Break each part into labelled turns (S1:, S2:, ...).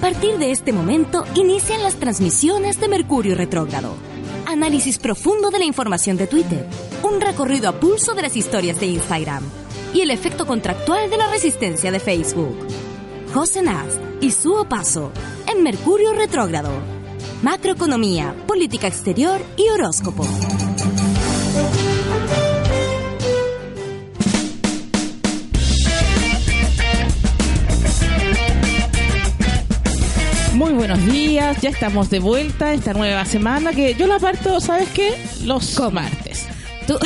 S1: partir de este momento inician las transmisiones de Mercurio Retrógrado. Análisis profundo de la información de Twitter, un recorrido a pulso de las historias de Instagram y el efecto contractual de la resistencia de Facebook. José Naz y su opaso en Mercurio Retrógrado. Macroeconomía, política exterior y horóscopo.
S2: Muy buenos días, ya estamos de vuelta esta nueva semana que yo la parto, ¿sabes qué? Los martes.
S3: Tú-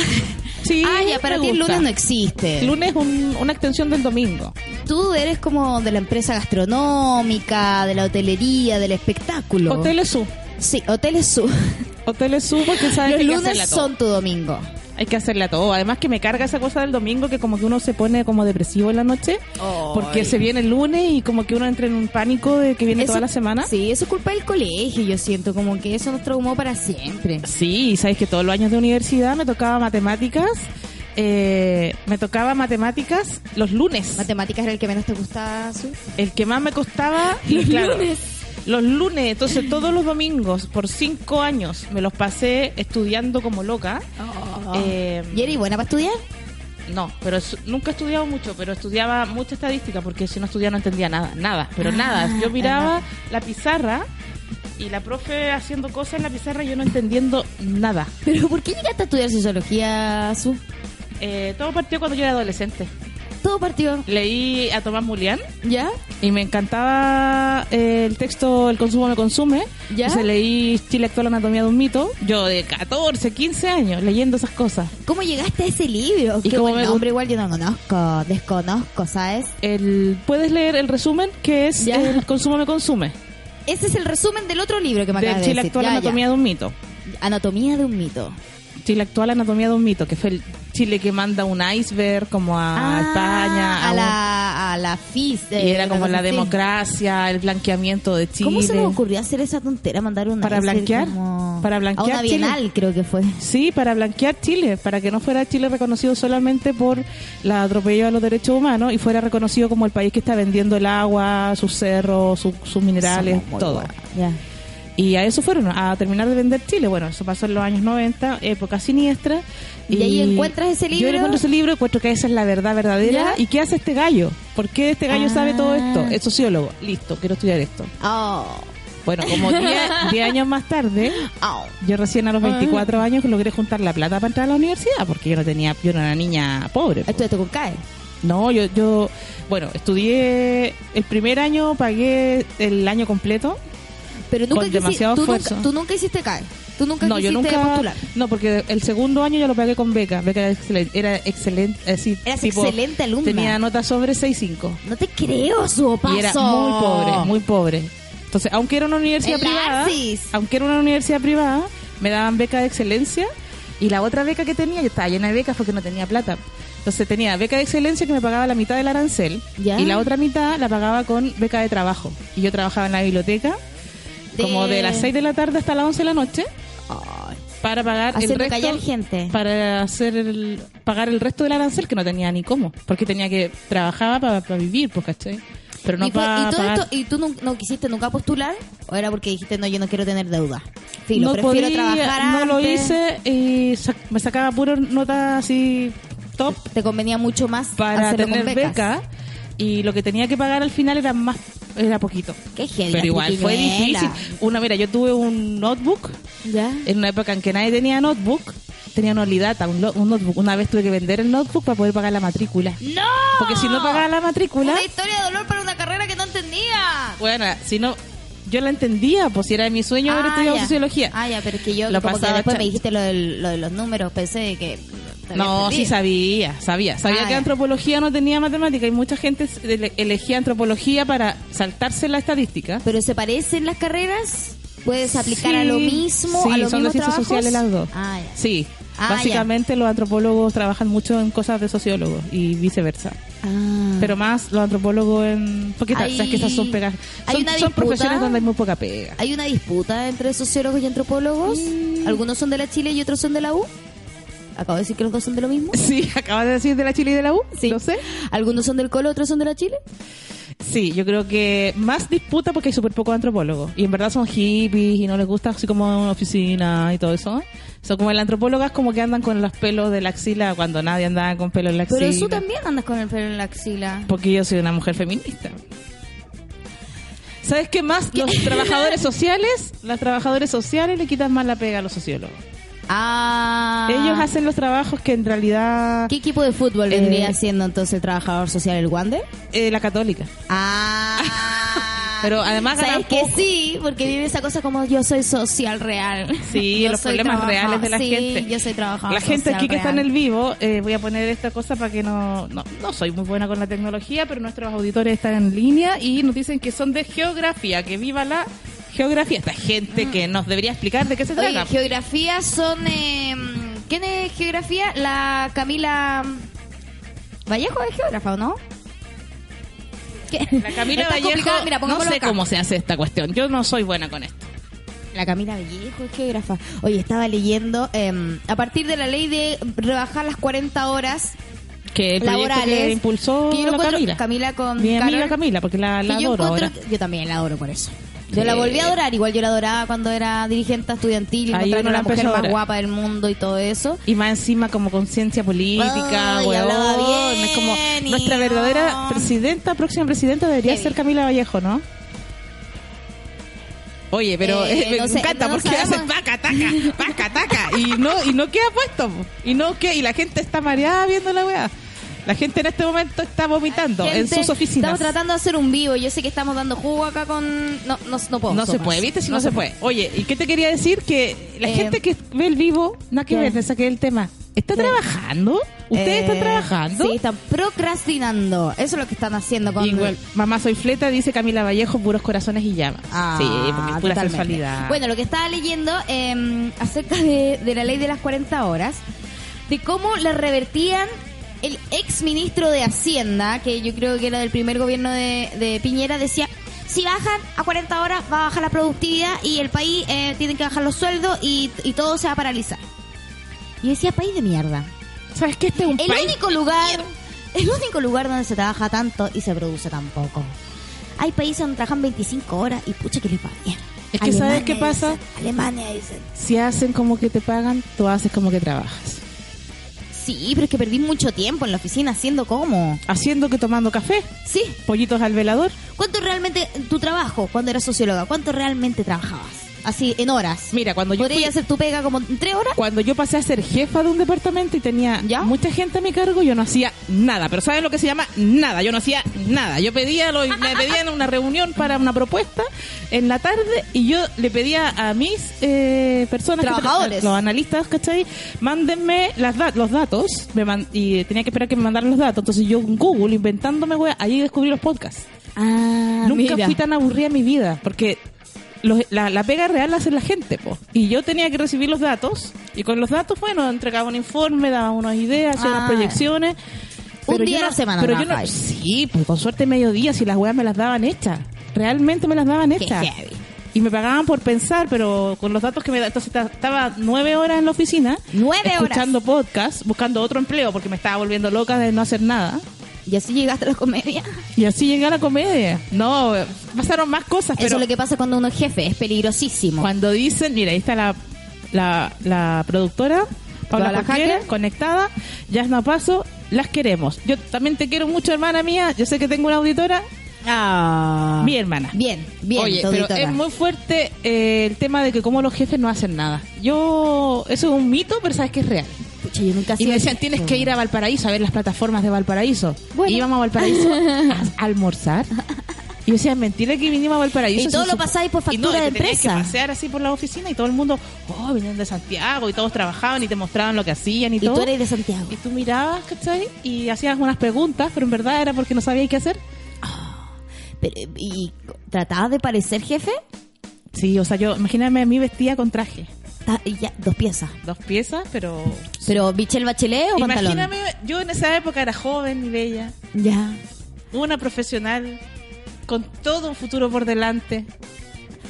S2: Sí,
S3: ah, ya, para
S2: me
S3: ti el
S2: gusta.
S3: lunes no existe.
S2: Lunes es un- una extensión del domingo.
S3: Tú eres como de la empresa gastronómica, de la hotelería, del espectáculo.
S2: Hoteles su.
S3: Sí, hoteles su.
S2: Hoteles su porque sabes
S3: Los
S2: que hay que
S3: lunes
S2: hacerla todo.
S3: son tu domingo.
S2: Hay que hacerla todo. Además que me carga esa cosa del domingo que como que uno se pone como depresivo en la noche porque se viene el lunes y como que uno entra en un pánico de que viene
S3: Eso-
S2: toda la semana.
S3: Sí, eso es culpa del colegio, yo siento. Como que eso nos traumó para siempre.
S2: Sí, y sabes que todos los años de universidad me tocaba matemáticas. eh, me tocaba matemáticas los lunes.
S3: Matemáticas era el que menos te gustaba, Su.
S2: el que más me costaba
S3: Los
S2: claro,
S3: lunes.
S2: Los lunes, entonces todos los domingos por cinco años me los pasé estudiando como loca.
S3: Ah.
S2: Eh,
S3: ¿Y eres buena para estudiar?
S2: no, pero es- nunca he estudiado mucho, pero estudiaba mucha estadística porque si no estudiaba no entendía nada, nada,
S3: Ah,
S2: pero nada. Yo miraba la pizarra y la profe haciendo cosas en la pizarra y yo no entendiendo nada.
S3: ¿Pero por qué llegaste a estudiar sociología, Su?
S2: Eh, todo partió cuando yo era adolescente.
S3: Todo partido.
S2: Leí a Tomás Mulián
S3: ¿Ya?
S2: y me encantaba eh, el texto El consumo me consume.
S3: ¿Ya?
S2: Entonces leí Chile actual anatomía de un mito. Yo de 14, 15 años leyendo esas cosas.
S3: ¿Cómo llegaste a ese libro?
S2: ¿Y
S3: Qué
S2: cómo
S3: buen
S2: me gu-
S3: nombre, igual yo no conozco, desconozco, ¿sabes?
S2: El, Puedes leer el resumen que es
S3: ¿Ya?
S2: El consumo me consume.
S3: Ese es el resumen del otro libro que me
S2: De
S3: acabas de
S2: Chile
S3: decir.
S2: actual
S3: Ya, ya.
S2: anatomía de un mito.
S3: Anatomía de un mito.
S2: Chile actual anatomía de un mito, que fue el Chile que manda un iceberg como a Ah, España.
S3: Ah, A,
S2: un-
S3: la, a la FIS.
S2: Y
S3: eh,
S2: era como
S3: una
S2: la
S3: cosa así.
S2: democracia, el blanqueamiento de Chile.
S3: ¿Cómo se nos ocurrió hacer esa tontera? Mandar una.
S2: Para
S3: hacer
S2: blanquear,
S3: como-
S2: para blanquear
S3: A una
S2: Chile.
S3: bienal, creo que fue.
S2: Sí, para blanquear Chile, para que no fuera Chile reconocido solamente por la atropello a los derechos humanos y fuera reconocido como el país que está vendiendo el agua, sus cerros, su- sus minerales,
S3: Somos muy
S2: todo.
S3: guapos. Ya.
S2: Y a eso fueron, a terminar de vender Chile. Bueno, eso pasó en los años 90, época siniestra.
S3: ¿Y ahí encuentras ese
S2: Yo
S3: libro?
S2: encuentro ese libro, encuentro que esa es la verdad verdadera.
S3: ¿Ya?
S2: ¿Y qué hace este gallo? ¿Por qué este gallo
S3: Ah.
S2: sabe todo esto? Es sociólogo. Listo, quiero estudiar esto.
S3: Oh,
S2: Bueno, como 10 10 años más tarde,
S3: oh.
S2: yo recién a los 24 años logré juntar la plata para entrar a la universidad porque yo no tenía, yo era una niña pobre. po.
S3: Estudiaste con CAE.
S2: No, yo, yo, bueno, estudié el primer año, pagué el año completo.
S3: Pero nunca
S2: Con
S3: quisiste.
S2: demasiado
S3: tú,
S2: esfuerzo.
S3: Nunca, tú nunca hiciste CAE. Tú nunca
S2: No, yo
S3: quisiste
S2: nunca,
S3: postular.
S2: no, porque el segundo año yo lo pagué con beca, beca era excelente, era excelente, así,
S3: Eras
S2: tipo,
S3: excelente alumna.
S2: Tenía nota sobre 6.5
S3: No te creo, su paso.
S2: y era muy pobre, muy pobre. Entonces, aunque era una universidad
S3: El
S2: privada,
S3: Arcis.
S2: aunque era una universidad privada, me daban beca de excelencia y la otra beca que tenía, yo estaba llena de becas porque no tenía plata. Entonces tenía beca de excelencia que me pagaba la mitad del arancel
S3: Ya.
S2: y la otra mitad la pagaba con beca de trabajo. Y yo trabajaba en la biblioteca
S3: De-
S2: como de las 6 de la tarde hasta las 11 de la noche
S3: Ay,
S2: para pagar el
S3: Haciendo
S2: resto
S3: callar gente.
S2: para hacer el, pagar el resto del arancel que no tenía ni cómo, porque tenía que trabajaba para vivir, pues, ¿cachai? Pero no
S3: y, fue- y
S2: para
S3: todo esto- ¿y tú nun- no, quisiste nunca postular? ¿O era porque dijiste, no, yo no quiero tener deuda? Filo,
S2: no
S3: prefiero
S2: podía,
S3: trabajar
S2: no lo
S3: antes.
S2: hice y sa- me sacaba puras notas así top
S3: Te convenía mucho más
S2: para
S3: hacerlo
S2: tener
S3: con becas.
S2: beca y lo que tenía que pagar al final era más era poquito.
S3: Qué heavy
S2: Pero
S3: la
S2: igual fue
S3: triquiñuela.
S2: difícil. Una, mira, yo tuve un notebook
S3: ¿Ya?
S2: en una época en que nadie tenía notebook, tenía una olidata, un, lo- un notebook. Una vez tuve que vender el notebook para poder pagar la matrícula.
S3: ¡No!
S2: Porque si no pagaba la matrícula,
S3: Una historia de dolor para una carrera que no entendía.
S2: bueno, si no yo la entendía, pues si era mi sueño haber estudiado
S3: ya.
S2: sociología.
S3: Ah, ya, pero es que yo
S2: Lo
S3: como que
S2: pasaba
S3: después
S2: cha-
S3: me dijiste lo, del- lo de los números, pensé de que... te habías
S2: No, sí
S3: perdido.
S2: sabía, sabía. Sabía
S3: Ah,
S2: que
S3: ya.
S2: antropología no tenía matemática y mucha gente se- ele- elegía antropología para saltarse la estadística.
S3: Pero se parecen las carreras. Puedes aplicar a lo
S2: Sí,
S3: mismo,
S2: sí,
S3: a los
S2: son de
S3: mismos
S2: ciencias
S3: trabajos.
S2: sociales las dos.
S3: Ah, ya.
S2: Sí,
S3: Ah,
S2: básicamente los antropólogos trabajan mucho en cosas de sociólogos y viceversa.
S3: Ah.
S2: Pero más los antropólogos en... Porque ta-
S3: Hay-
S2: sabes que esas son pegas...
S3: hay
S2: Son,
S3: una
S2: son
S3: disputa.
S2: profesiones donde hay muy poca pega.
S3: ¿Hay una disputa entre sociólogos y antropólogos? Algunos son de la Chile y otros son de la U. Acabo de decir que los dos son de lo mismo.
S2: Sí, acabas de decir de la Chile y de la U,
S3: Sí.
S2: no sé.
S3: Algunos son del Colo, otros son de la Chile.
S2: Sí, yo creo que más disputa porque hay súper pocos antropólogos. Y en verdad son hippies y no les gusta así como una oficina y todo eso. Son como el antropólogas como que andan con los pelos de la axila cuando nadie andaba con pelo en la axila.
S3: Pero tú también andas con el pelo en la axila.
S2: Porque yo soy una mujer feminista. ¿Sabes qué más? Los trabajadores sociales, las trabajadoras sociales le quitan más la pega a los sociólogos.
S3: Ah.
S2: Ellos hacen los trabajos que en realidad
S3: ¿Qué equipo de fútbol
S2: Eh,
S3: vendría siendo entonces el trabajador social el Wander?
S2: eh, la católica.
S3: Ah.
S2: Pero además ganan
S3: sabes que
S2: poco.
S3: sí, porque vive esa cosa como yo soy social real.
S2: Sí,
S3: Yo
S2: los
S3: soy
S2: problemas
S3: trabaja-
S2: reales de la
S3: sí,
S2: gente.
S3: Yo soy trabajador.
S2: La gente
S3: social
S2: aquí que está en
S3: real.
S2: el vivo, eh, voy a poner esta cosa para que no, no... No soy muy buena con la tecnología, pero nuestros auditores están en línea y nos dicen que son de geografía, que viva la geografía. Esta gente que nos debería explicar de qué se
S3: Mm. Oye,
S2: trata.
S3: geografía son. eh, ¿Quién es geografía? La Camila. mm, Vallejo es geógrafa, ¿o no? ¿Qué?
S2: La Camila
S3: Está
S2: Vallejo,
S3: complicado, mira,
S2: no
S3: pongámoslo
S2: sé
S3: acá.
S2: cómo se hace esta cuestión. Yo no soy buena con esto.
S3: La Camila Vallejo es geógrafa. Oye, estaba leyendo. eh, a partir de la ley de rebajar las 40 horas
S2: Que el proyecto
S3: laborales.
S2: que impulsó
S3: que yo lo
S2: la
S3: encuentro-
S2: Camila.
S3: con.
S2: Mi amiga
S3: Carol,
S2: Camila, porque la, la
S3: que yo
S2: adoro
S3: encuentro-
S2: ahora.
S3: Yo también la adoro por eso. Yo
S2: Sí.
S3: la volví a adorar, igual yo la adoraba cuando era dirigente estudiantil, y
S2: Ahí
S3: encontraba que
S2: uno
S3: era
S2: la
S3: la mujer
S2: empezó a
S3: más
S2: adorar.
S3: guapa del mundo y todo eso.
S2: Y más encima como conciencia política,
S3: Ah, y
S2: huevón.
S3: hablaba bien,
S2: Es como
S3: y
S2: nuestra
S3: no.
S2: verdadera presidenta, próxima presidenta debería
S3: Heavy.
S2: ser Camila Vallejo, ¿no? Oye, pero
S3: Eh,
S2: eh, me
S3: no sé,
S2: encanta
S3: no
S2: porque
S3: sabemos.
S2: hacen vaca, taca, vaca, taca y no y no queda puesto po. y no que y la gente está mareada viendo la weá. La gente en este momento está vomitando en
S3: Gente,
S2: sus oficinas.
S3: Estamos tratando de hacer un vivo. Yo sé que estamos dando jugo acá con. No, no, no puedo.
S2: No se
S3: sopas.
S2: puede, ¿viste? Si no, se puede. Oye, ¿y qué te quería decir? Que la
S3: Eh,
S2: gente que ve el vivo, nada que
S3: ¿qué?
S2: ver, te saqué el tema. ¿Está trabajando? ¿Ustedes
S3: Eh,
S2: están trabajando?
S3: Sí, están procrastinando. Eso es lo que están haciendo con.
S2: Igual, mamá soy fleta, dice Camila Vallejo, puros corazones y llamas.
S3: Ah,
S2: sí, porque es pura
S3: totalmente.
S2: sensualidad.
S3: Bueno, lo que estaba leyendo eh, acerca de, de la ley de las 40 horas, de cómo la revertían el ex ministro de Hacienda, que yo creo que era del primer gobierno de, de Piñera, decía, si bajan a 40 horas va a bajar la productividad y el país eh, tiene que bajar los sueldos y, y todo se va a paralizar. Y decía, país de mierda.
S2: ¿sabes qué? Este es un
S3: El
S2: país.
S3: único lugar, el único lugar donde se trabaja tanto y se produce tan poco. Hay países donde trabajan 25 horas y pucha que les va bien.
S2: Es que ¿sabes qué pasa?
S3: dicen, Alemania dicen.
S2: Si hacen como que te pagan, tú haces como que trabajas.
S3: Sí, pero es que perdí mucho tiempo en la oficina haciendo cómo.
S2: Haciendo que tomando café,
S3: Sí.
S2: pollitos al velador.
S3: ¿Cuánto realmente tu trabajo cuando eras socióloga? ¿Cuánto realmente trabajabas? Así, en horas.
S2: Mira, cuando yo
S3: ¿Podría
S2: fui-
S3: hacer tu pega como en tres horas?
S2: Cuando yo pasé a ser jefa de un departamento y tenía
S3: ¿Ya?
S2: mucha gente a mi cargo, yo no hacía nada. Pero ¿saben lo que se llama? Nada. Yo no hacía nada. Yo pedía, lo- me pedían una reunión para una propuesta en la tarde y yo le pedía a mis eh, personas, que tra-
S3: Trabajadores.
S2: los analistas, ¿cachai? Mándenme las da- los datos. Me man- y tenía que esperar que me mandaran los datos. Entonces yo en Google, inventándome, wea, ahí descubrí los podcasts.
S3: Ah,
S2: Nunca fui tan aburrida en mi vida, porque los- la, la pega real la hace la gente, po. Y yo tenía que recibir los datos, y con los datos, bueno, entregaba un informe, daba unas ideas, hacía
S3: Ah.
S2: unas proyecciones.
S3: Un
S2: Pero
S3: día
S2: yo
S3: a la semana
S2: Pero yo no,
S3: trabajáis.
S2: sí, pues con suerte mediodía, si las weas me las daban hechas. Realmente me las daban
S3: Qué
S2: hechas.
S3: heavy.
S2: Y me pagaban por pensar, pero con los datos que me da, entonces ta- estaba nueve horas en la oficina,
S3: Nueve horas.
S2: escuchando podcast, buscando otro empleo, porque me estaba volviendo loca de no hacer nada.
S3: Y así llegaste a la comedia.
S2: Y así llega la comedia. No, pasaron más cosas,
S3: Eso
S2: pero
S3: es lo que pasa cuando uno es jefe, es peligrosísimo.
S2: cuando dicen, mira, ahí está la, la, la productora, Paula
S3: Paola
S2: Jorquera,
S3: Jaque.
S2: conectada, Yasna Paso, las queremos. Yo también te quiero mucho, hermana mía, yo sé que tengo una auditora,
S3: Ah.
S2: mi hermana.
S3: Bien, bien,
S2: Oye,
S3: tu
S2: pero
S3: auditora.
S2: es muy fuerte eh, el tema de que cómo los jefes no hacen nada. Yo, eso es un mito, pero sabes que es real.
S3: Pucha, yo nunca
S2: Y
S3: he sido
S2: me decían,
S3: de-
S2: tienes que ir a Valparaíso a ver las plataformas de Valparaíso.
S3: Bueno.
S2: Y íbamos a Valparaíso a almorzar. Y yo decía, mentira que vinimos a Valparaíso.
S3: Y todo
S2: Si
S3: lo
S2: supo-
S3: pasáis por
S2: Y no,
S3: factura
S2: y
S3: de
S2: te tenías
S3: empresa.
S2: que pasear así por la oficina y todo el mundo, oh, venían de Santiago y todos trabajaban y te mostraban lo que hacían y,
S3: Y
S2: todo.
S3: tú eres de Santiago.
S2: Y tú mirabas, ¿cachai? Y hacías unas preguntas, pero en verdad era porque no sabías qué hacer.
S3: Pero, ¿Y tratabas de parecer jefe?
S2: Sí, o sea, yo, imagíname a mí vestida con traje.
S3: Ta- y ya, dos piezas.
S2: Dos piezas, pero...
S3: Pero Michelle Bachelet o
S2: Imagíname, yo en esa época era joven y bella.
S3: pantalón. Ya.
S2: una profesional con todo un futuro por delante.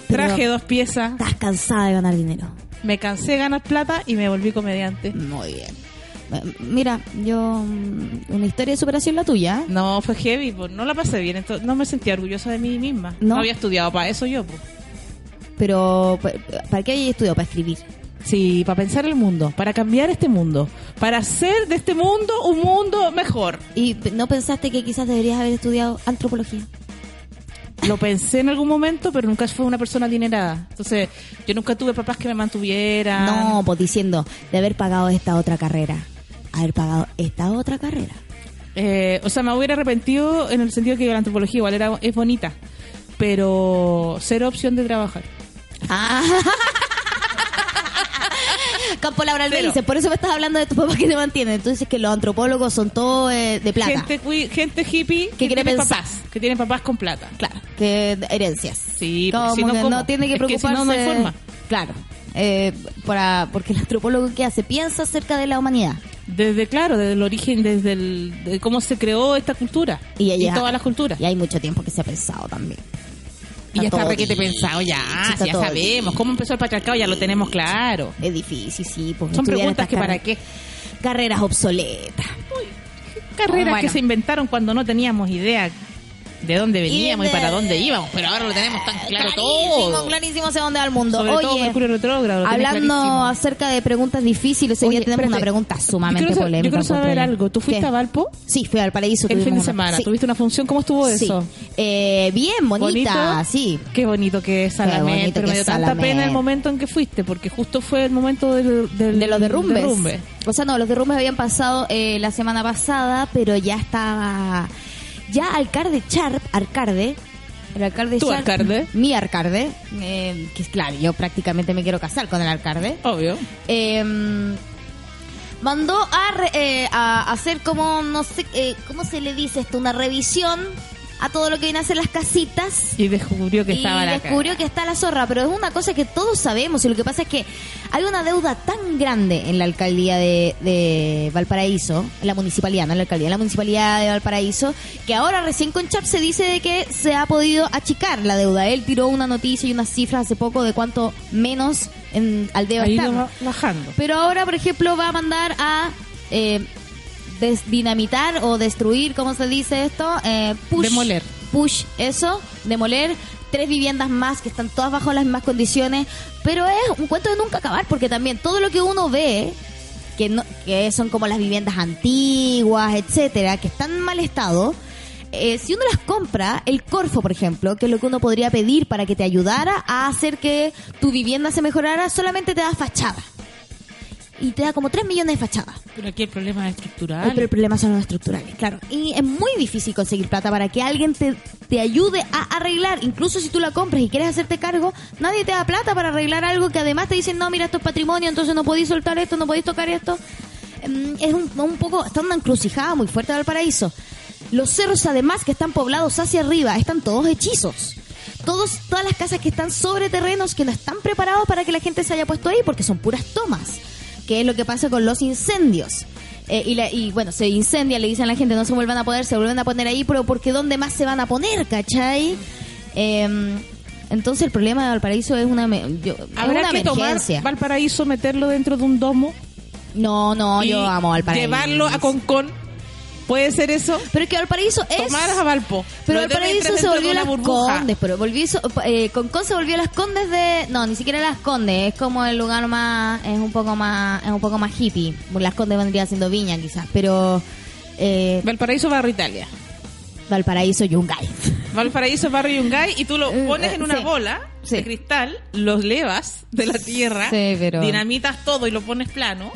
S3: Pero-
S2: Traje dos piezas,
S3: Estás cansada de ganar dinero.
S2: me cansé de ganar plata y me volví comediante.
S3: Muy bien. eh, mira, yo. mm, Una historia de superación la tuya. ¿eh?
S2: No, fue heavy, pues, no la pasé bien, ento- no me sentía orgullosa de mí misma. No,
S3: No.
S2: había estudiado para eso yo. Pues.
S3: Pero, pa- ¿para qué hay estudiado? Para escribir.
S2: Sí, para pensar el mundo, para cambiar este mundo, para hacer de este mundo un mundo mejor.
S3: ¿Y p- no pensaste que quizás deberías haber estudiado antropología?
S2: Lo pensé en algún momento, pero nunca fue una persona adinerada. Entonces, yo nunca tuve papás que me mantuvieran.
S3: No, pues diciendo, de haber pagado esta otra carrera. Haber pagado esta otra carrera.
S2: Eh, o sea, me hubiera arrepentido en el sentido que la antropología igual era, es bonita, pero cero opción de trabajar.
S3: Ah. Campo laboral me
S2: Pero-
S3: dice, por eso me estás hablando de tus papás que te mantienen. Tú dices que los antropólogos son todos eh, de plata.
S2: Gente, cui- gente hippie
S3: Que quiere
S2: tiene
S3: pensar.
S2: papás, que tienen papás con plata.
S3: Claro, que herencias.
S2: Sí, porque
S3: Como
S2: si no,
S3: que
S2: ¿cómo?
S3: no tiene que
S2: Es que si
S3: preocuparse.
S2: no, no hay forma.
S3: Claro. Eh, para, porque el antropólogo que hace piensa acerca de la humanidad.
S2: Desde, claro, desde el origen, desde el, de cómo se creó esta cultura
S3: Y, ella-
S2: todas las culturas.
S3: Y hay mucho tiempo que se ha pensado también.
S2: Y ya
S3: Está
S2: está
S3: todo
S2: requete
S3: bien,
S2: pensado, ya,
S3: sí, está
S2: si ya
S3: todo
S2: sabemos. ¿Cómo empezó el patriarcado? Ya lo tenemos claro.
S3: Es difícil, sí. pues,
S2: Son
S3: estudiar
S2: preguntas
S3: estas
S2: que para
S3: carre-
S2: qué.
S3: Carreras obsoletas.
S2: Carreras
S3: Bueno.
S2: que se inventaron cuando no teníamos idea de dónde veníamos y,
S3: de-
S2: para dónde íbamos. Pero ahora lo tenemos tan claro
S3: clarísimo,
S2: todo.
S3: clarísimo hacia dónde va el mundo.
S2: Sobre todo
S3: Oye,
S2: Mercurio retrógrado. lo tiene
S3: hablando
S2: clarísimo.
S3: acerca de preguntas difíciles, hoy
S2: Oye,
S3: día tenemos
S2: espérate.
S3: una pregunta
S2: yo
S3: sumamente
S2: quiero, sa-
S3: polémica.
S2: Yo quiero saber
S3: encuentro yo.
S2: algo. ¿Tú fuiste
S3: ¿Qué?
S2: a Valpo
S3: Sí, fui al paraíso.
S2: el fin de semana?
S3: ¿Tuviste
S2: ¿Tuviste una función? ¿Cómo estuvo
S3: Sí.
S2: eso?
S3: Eh, bien, bonita,
S2: ¿Bonito?
S3: sí.
S2: Qué bonito que es
S3: Qué bonito
S2: Salamé, pero
S3: que
S2: me dio
S3: es
S2: tanta
S3: Salamé.
S2: pena el momento en que fuiste, porque justo fue el momento del, del-
S3: De los derrumbes.
S2: derrumbe.
S3: O sea, no, los derrumbes habían pasado eh, la semana pasada, pero ya estaba. Ya alcalde Sharp, alcalde. El alcalde
S2: ¿Tu
S3: Sharp-
S2: alcalde?
S3: Mi alcalde. eh, que es claro, yo prácticamente me quiero casar con el alcalde.
S2: Obvio.
S3: eh, mandó a, re- eh, a hacer como, no sé, eh, ¿cómo se le dice esto? Una revisión a todo lo que viene a ser las casitas.
S2: Y descubrió que
S3: y
S2: estaba la
S3: descubrió
S2: cagada.
S3: que está la zorra, pero es una cosa que todos sabemos y lo que pasa es que hay una deuda tan grande en la alcaldía de, de Valparaíso, en la municipalidad, no en la alcaldía, en la municipalidad de Valparaíso, que ahora recién con Chap se dice de que se ha podido achicar la deuda. Él tiró una noticia y unas cifras hace poco de cuánto menos en, al debe
S2: Ha ido
S3: estar.
S2: ba- bajando.
S3: Pero ahora, por ejemplo, va a mandar a eh, desdinamitar o destruir, ¿cómo se dice esto? Eh, push,
S2: Demoler.
S3: Push, eso, demoler. Tres viviendas más que están todas bajo las mismas condiciones. Pero es un cuento de nunca acabar, porque también todo lo que uno ve, que, no, que son como las viviendas antiguas, etcétera, que están en mal estado. eh, si uno las compra, el Corfo, por ejemplo, que es lo que uno podría pedir para que te ayudara a hacer que tu vivienda se mejorara, solamente te da fachada y te da como 3 millones de fachadas.
S2: Pero aquí el problema es estructural.
S3: Eh, Pero el problema son los estructurales, claro. Y es muy difícil conseguir plata para que alguien te, te ayude a arreglar. Incluso si tú la compras y quieres hacerte cargo, nadie te da plata para arreglar algo que además te dicen, no, mira, esto es patrimonio, entonces no podéis soltar esto, no podéis tocar esto. Mm, Es un, un poco, está una encrucijada muy fuerte del paraíso. Los cerros además que están poblados hacia arriba, están todos hechizos. Todos, todas las casas que están sobre terrenos que no están preparados para que la gente se haya puesto ahí porque son puras tomas, que es lo que pasa con los incendios. Eh, y, la- y bueno, se incendia, le dicen a la gente, no se vuelvan a poner, se vuelven a poner ahí, pero porque ¿dónde más se van a poner, cachai? Eh, entonces el problema de Valparaíso es una, me- yo- es
S2: Habrá
S3: una
S2: que tomar
S3: emergencia.
S2: Valparaíso, meterlo dentro de un domo.
S3: no, no,
S2: y
S3: Oh, yo amo Valparaíso.
S2: Llevarlo a Concón. ¿Puede ser eso?
S3: Pero es que Valparaíso es...
S2: Tomar a Valpo.
S3: Pero
S2: Lo
S3: el
S2: deben
S3: paraíso
S2: meter
S3: se
S2: dentro de
S3: volvió
S2: una
S3: las
S2: burbuja.
S3: condes, pero volvió, so- eh, Concón se volvió las condes de, no, ni siquiera las condes, es como el lugar más, es un poco más, es un poco más hippie. Las condes vendría siendo viña quizás, pero eh,
S2: Valparaíso, Barrio Italia.
S3: Valparaíso Yungay.
S2: Valparaíso, Barrio Yungay, y tú lo
S3: Eh,
S2: pones en una
S3: sí.
S2: bola
S3: Sí.
S2: de cristal, los levas de la tierra,
S3: Sí, pero-
S2: dinamitas todo y lo pones plano,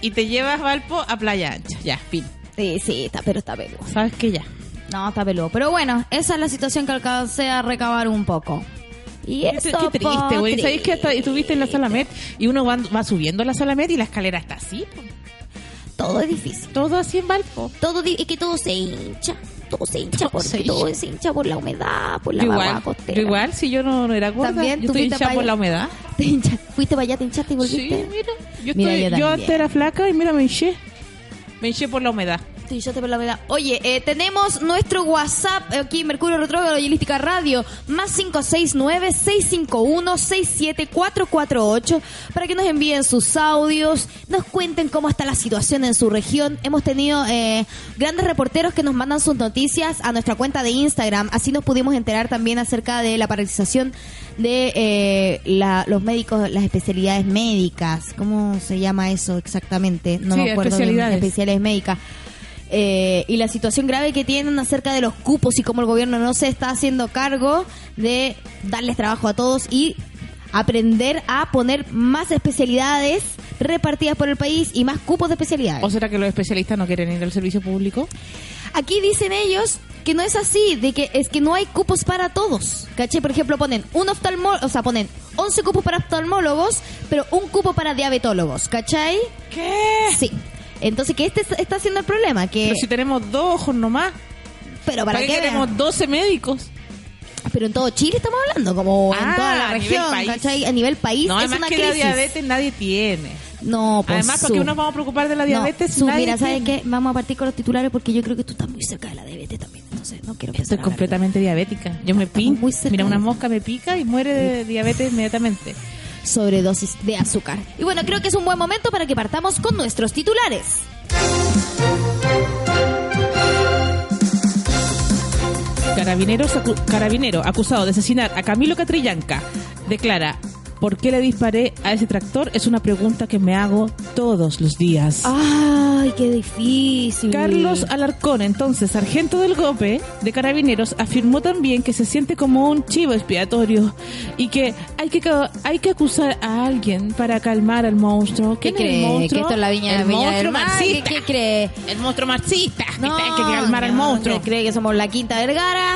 S2: y te llevas Valpo a Playa Ancha. Ya, fin.
S3: Sí, sí, está, pero está peludo.
S2: Sabes que ya.
S3: No, está peludo. Pero bueno, esa es la situación que alcancé a recabar un poco. Y
S2: Qué,
S3: eso
S2: qué triste,
S3: po,
S2: güey. ¿Sabéis que hasta
S3: triste.
S2: estuviste en la Salamet y uno va, va subiendo la Salamet y la escalera está así? po.
S3: Todo es difícil.
S2: Todo así en Valpo.
S3: Todo di- es que todo se hincha, todo se hincha,
S2: Todo
S3: porque
S2: se
S3: todo se hincha por la humedad, por la
S2: Yo igual,
S3: vaguada costera.
S2: yo igual, si yo no, no era gorda,
S3: También
S2: yo
S3: tú
S2: estoy
S3: fuiste
S2: hinchada
S3: pa'
S2: por
S3: allá.
S2: la humedad.
S3: Te hincha- fuiste para allá, te hinchaste
S2: Sí,
S3: y volviste.
S2: mira. Yo,
S3: Mira,
S2: estoy- yo
S3: yo también.
S2: antes era flaca y mira, me hinché. Me hinché por la humedad.
S3: Estoy yo te por la verdad. Oye, eh, tenemos nuestro WhatsApp aquí en Mercurio Retrógrado y Holística Radio, más 569-651-67448, para que nos envíen sus audios, nos cuenten cómo está la situación en su región. Hemos tenido eh, grandes reporteros que nos mandan sus noticias a nuestra cuenta de Instagram, así nos pudimos enterar también acerca de la paralización de eh, la- los médicos, las especialidades médicas. ¿Cómo se llama eso exactamente? No
S4: Sí,
S3: me acuerdo. bien.
S4: especialidades.
S3: especiales médicas. Eh, y la situación grave que tienen acerca de los cupos y cómo el gobierno no se está haciendo cargo de darles trabajo a todos y aprender a poner más especialidades repartidas por el país y más cupos de especialidades.
S2: ¿O será que los especialistas no quieren ir al servicio público?
S3: Aquí dicen ellos que no es así, de que es que no hay cupos para todos. ¿Caché? Por ejemplo, ponen un oftalmólogo, o sea, ponen 11 cupos para oftalmólogos, pero un cupo para diabetólogos. ¿Cachai?
S2: Eh. ¿Qué?
S3: Sí. Entonces, que este es- está siendo el problema, que
S2: Pero si tenemos dos ojos nomás.
S3: pero
S2: ¿Para,
S3: para,
S2: qué
S3: que vean.
S2: tenemos 12 médicos?
S3: Pero en todo Chile estamos hablando, como en
S2: Ah,
S3: toda la
S2: a nivel
S3: región,
S2: país.
S3: ¿cachai? A nivel país
S2: No,
S3: es
S2: además
S3: una
S2: que
S3: crisis.
S2: la diabetes nadie tiene.
S3: No, pues
S2: además, ¿para
S3: su-
S2: qué nos vamos a preocupar de la
S3: no,
S2: diabetes? si
S3: su,
S2: nadie
S3: mira, ¿sabes
S2: tiene?
S3: qué? Vamos a partir con los titulares porque yo creo que tú estás muy cerca de la diabetes también. Entonces, no quiero pensar.
S2: Estoy completamente diabética. Yo me
S3: Estamos
S2: pinto.
S3: muy cerca
S2: Mira,
S3: de-
S2: una mosca me pica y muere de diabetes inmediatamente.
S3: Sobredosis de azúcar. Y bueno, creo que es un buen momento para que partamos con nuestros titulares.
S2: Carabineros acu- carabinero acusado de asesinar a Camilo Catrillanca declara, ¿por qué le disparé a ese tractor? Es una pregunta que me hago todos los días.
S3: Ah. Ay, qué difícil.
S2: Carlos Alarcón, entonces sargento del GOPE de Carabineros, afirmó también que se siente como un chivo expiatorio y que hay que, ca- hay que acusar a alguien para calmar al monstruo.
S3: ¿Qué
S2: ¿Quién es el
S3: cree?
S2: monstruo?
S3: ¿Que esto es la viña,
S2: el
S3: viña del
S2: monstruo
S3: mar? ¿Qué,
S2: marxista.
S3: qué cree?
S2: El monstruo marxista. que hay que calmar al monstruo.
S3: ¿Cree que somos la quinta vergara?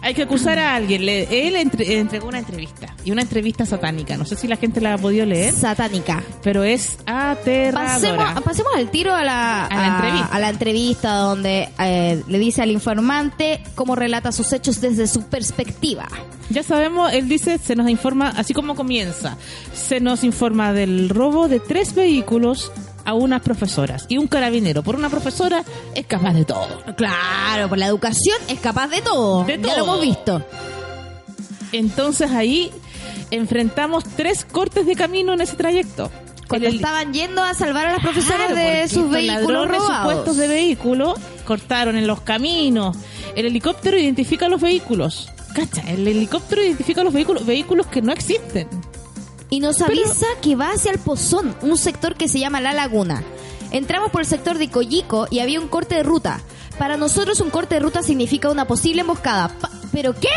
S2: Hay que acusar a alguien. Le- él entre- entregó una entrevista y una entrevista satánica. No sé si la gente la ha podido leer,
S3: Satánica.
S2: pero es aterradora.
S3: Pasemos, pasemos al tiro a la,
S2: A la entrevista.
S3: a la entrevista donde eh, le dice al informante cómo relata sus hechos desde su perspectiva.
S2: Ya sabemos, él dice, se nos informa, así como comienza, se nos informa del robo de tres vehículos a unas profesoras y un carabinero. Por una profesora es capaz de todo.
S3: Claro, por la educación es capaz de todo.
S2: De
S3: Ya
S2: todo.
S3: lo hemos visto.
S2: Entonces ahí enfrentamos tres cortes de camino en ese trayecto.
S3: Cuando
S2: En el-
S3: estaban yendo a salvar a las profesoras
S2: Claro,
S3: de
S2: porque
S3: sus
S2: estos
S3: vehículos
S2: ladrones
S3: robados.
S2: supuestos de vehículo cortaron en los caminos. El helicóptero identifica los vehículos. Cacha, el helicóptero identifica los vehículos, vehículos que no existen.
S3: Y nos avisa que va hacia el Pozón, un sector que se llama La Laguna. Entramos por el sector de Coyico y había un corte de ruta. Para nosotros un corte de ruta significa una posible emboscada. Pa- ¿Pero qué?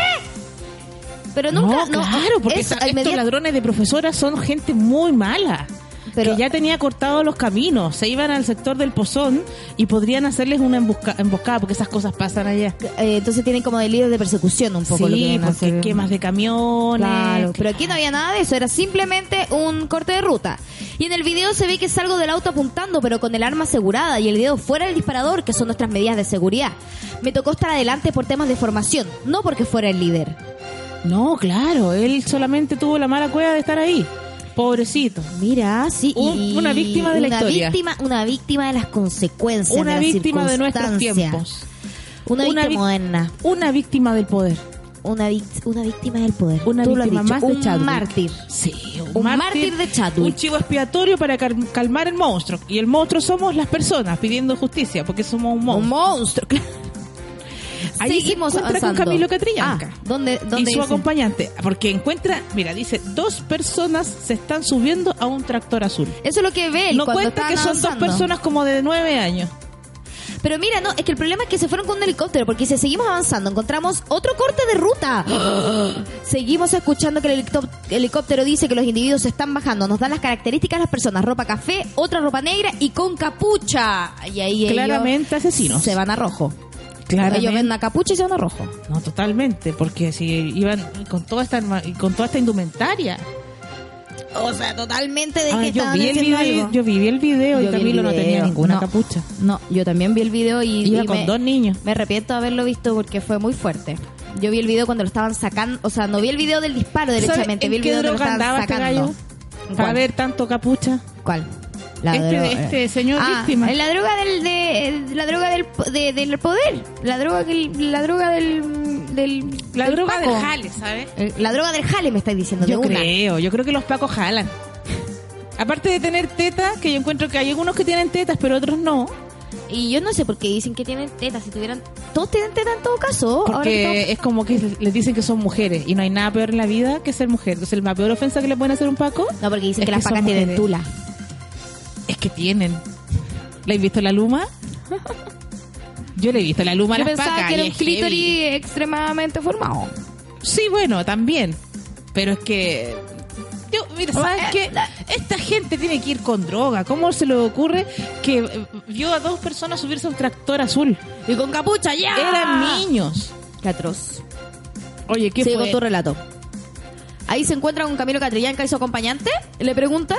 S3: Pero nunca...
S2: no, claro, porque
S3: eso,
S2: esta- estos
S3: inmediat-
S2: ladrones de profesoras son gente muy mala.
S3: Pero-
S2: que ya tenía cortados los caminos, se iban al sector del pozón y podrían hacerles una embosca- emboscada, porque esas cosas pasan allá.
S3: Eh, entonces tienen como delirio de persecución un poco lo que
S2: sí,
S3: deben
S2: porque
S3: hacer.
S2: quemas de camiones.
S3: Claro, pero aquí no había nada de eso, era simplemente un corte de ruta. Y en el video se ve que salgo del auto apuntando, pero con el arma asegurada y el dedo fuera del disparador, que son nuestras medidas de seguridad. Me tocó estar adelante por temas de formación, no porque fuera el líder.
S2: No, claro, él solamente tuvo la mala cueva de estar ahí. Pobrecito.
S3: Mira, sí.
S2: Un-
S3: y
S2: una víctima de la
S3: una
S2: historia.
S3: Víctima, una víctima de las consecuencias.
S2: Una
S3: de las
S2: víctima de nuestros
S3: circunstancias.
S2: tiempos. Una
S3: Una, víctima
S2: vic-
S3: moderna.
S2: Una víctima del poder.
S3: Una, vic- una víctima del poder.
S2: Una
S3: Tú lo has
S2: víctima
S3: dicho,
S2: más de
S3: un
S2: Chadwick.
S3: mártir.
S2: Sí, un,
S3: Un mártir de Chadwick.
S2: Un chivo expiatorio para cal- calmar el monstruo. Y el monstruo somos las personas pidiendo justicia, porque somos un
S3: Un
S2: monstruo.
S3: monstruo, claro.
S2: Ahí
S3: Seguimos
S2: se encuentra
S3: avanzando.
S2: con Camilo Catrillanca.
S3: Ah, ¿dónde, dónde
S2: y su
S3: dice?
S2: acompañante, porque encuentra, mira, dice, dos personas se están subiendo a un tractor azul.
S3: Eso es lo que ve él
S2: no
S3: cuando
S2: cuenta
S3: estaban
S2: que son dos
S3: avanzando.
S2: personas como de nueve años.
S3: Pero mira, no, es que el problema es que se fueron con un helicóptero porque si seguimos avanzando encontramos otro corte de ruta. seguimos escuchando que el helicóp- helicóptero dice que los individuos se están bajando. Nos dan las características de las personas, ropa café, otra ropa negra y con capucha. Y ahí
S2: Claramente
S3: ellos
S2: asesinos.
S3: se van a rojo. Ellos ven
S2: Claramente.
S3: una capucha y se van a rojo.
S2: No, totalmente, porque si iban con toda esta arma- y con toda esta indumentaria.
S3: O sea, totalmente de
S2: Ah,
S3: que
S2: yo
S3: estaban
S2: vi el
S3: haciendo
S2: video,
S3: algo.
S2: yo vi el video y
S3: Yo vi el
S2: Camilo no
S3: video.
S2: tenía ninguna
S3: No.
S2: capucha.
S3: No, yo también vi el video y,
S2: Iba
S3: y
S2: con
S3: me-
S2: dos niños.
S3: Me arrepiento de haberlo visto porque fue muy fuerte. Yo vi el video cuando lo estaban sacando, o sea, no vi el video del disparo
S2: ¿Sabe
S3: derechamente, vi
S2: en
S3: el
S2: qué
S3: video donde lo
S2: droga
S3: estaban
S2: andaba este
S3: sacando.
S2: gallo? Para
S3: ¿Cuál?
S2: ver tanto capucha.
S3: ¿Cuál? La
S4: Este-
S3: droga- eh. Ah,
S4: este señor víctima.
S3: La droga del de, la droga del, po- de- del poder, la droga que el- la droga del del
S2: La
S3: del
S2: droga
S3: Paco.
S2: del jale, ¿sabes?
S3: Eh, La droga del jale me estáis diciendo
S2: Yo
S3: de una.
S2: creo, yo creo que los pacos jalan. Aparte de tener tetas, que yo encuentro que hay algunos que tienen tetas, pero otros no.
S3: Oh, Y yo no sé por qué dicen que tienen tetas, si tuvieran todos tienen tetas en todo caso, ahora que estamos-
S2: Porque es como que les dicen que son mujeres y no hay nada peor en la vida que ser mujer. Entonces, la peor ofensa que le pueden hacer a un paco
S3: no porque dicen
S2: es
S3: que las
S2: que son
S3: pacas tienen
S2: mujeres.
S3: tula.
S2: es que tienen. ¿La has visto la luma? Yo le he visto la luma a
S3: Yo
S2: las
S3: pensaba
S2: pacas
S3: que era
S2: y
S3: un
S2: es heavy.
S3: clítoris extremadamente formado.
S2: Sí, bueno, también. Pero es que. Yo,
S3: Oh,
S2: mira,
S3: eh,
S2: ¿sabes qué? Esta gente tiene que ir con droga. ¿Cómo se le ocurre que eh, vio a dos personas subirse a un tractor azul?
S3: Y con capucha, ya.
S2: Eran niños.
S3: Qué atroz.
S2: Oye, ¿qué
S3: Sigue
S2: fue?
S3: con tu relato. Ahí se encuentra con Camilo Catrillanca y su acompañante. Le preguntan.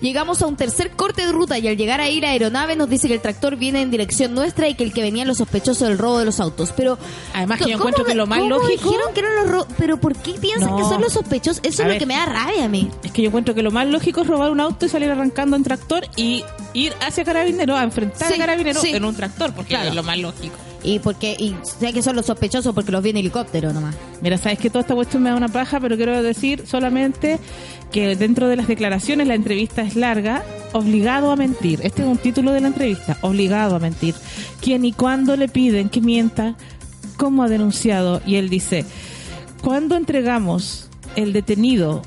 S3: Llegamos a un tercer corte de ruta y al llegar ahí la aeronave nos dice que el tractor viene en dirección nuestra y que el que venía los sospechosos del robo de los autos. Pero
S2: Además que yo
S3: ¿cómo
S2: encuentro que
S3: me-
S2: lo más
S3: cómo
S2: lógico-
S3: dijeron que eran los ro- pero ¿por qué piensan
S2: No.
S3: que son los sospechosos? Eso
S2: A
S3: es lo
S2: ver.
S3: que me da rabia a mí.
S2: Es que yo encuentro que lo más lógico es robar un auto y salir arrancando en tractor y ir hacia Carabineros, a enfrentar
S3: Sí,
S2: a Carabineros
S3: sí.
S2: en un tractor, porque
S3: Claro.
S2: es lo más lógico.
S3: Y porque y sé que son los sospechosos porque los vi en helicóptero nomás.
S2: Mira, sabes que toda esta cuestión me da una paja, pero quiero decir solamente que dentro de las declaraciones la entrevista es larga. Obligado a mentir. Este es un título de la entrevista. Obligado a mentir. Quien y cuándo le piden que mienta, cómo ha denunciado. Y él dice, cuando entregamos el detenido,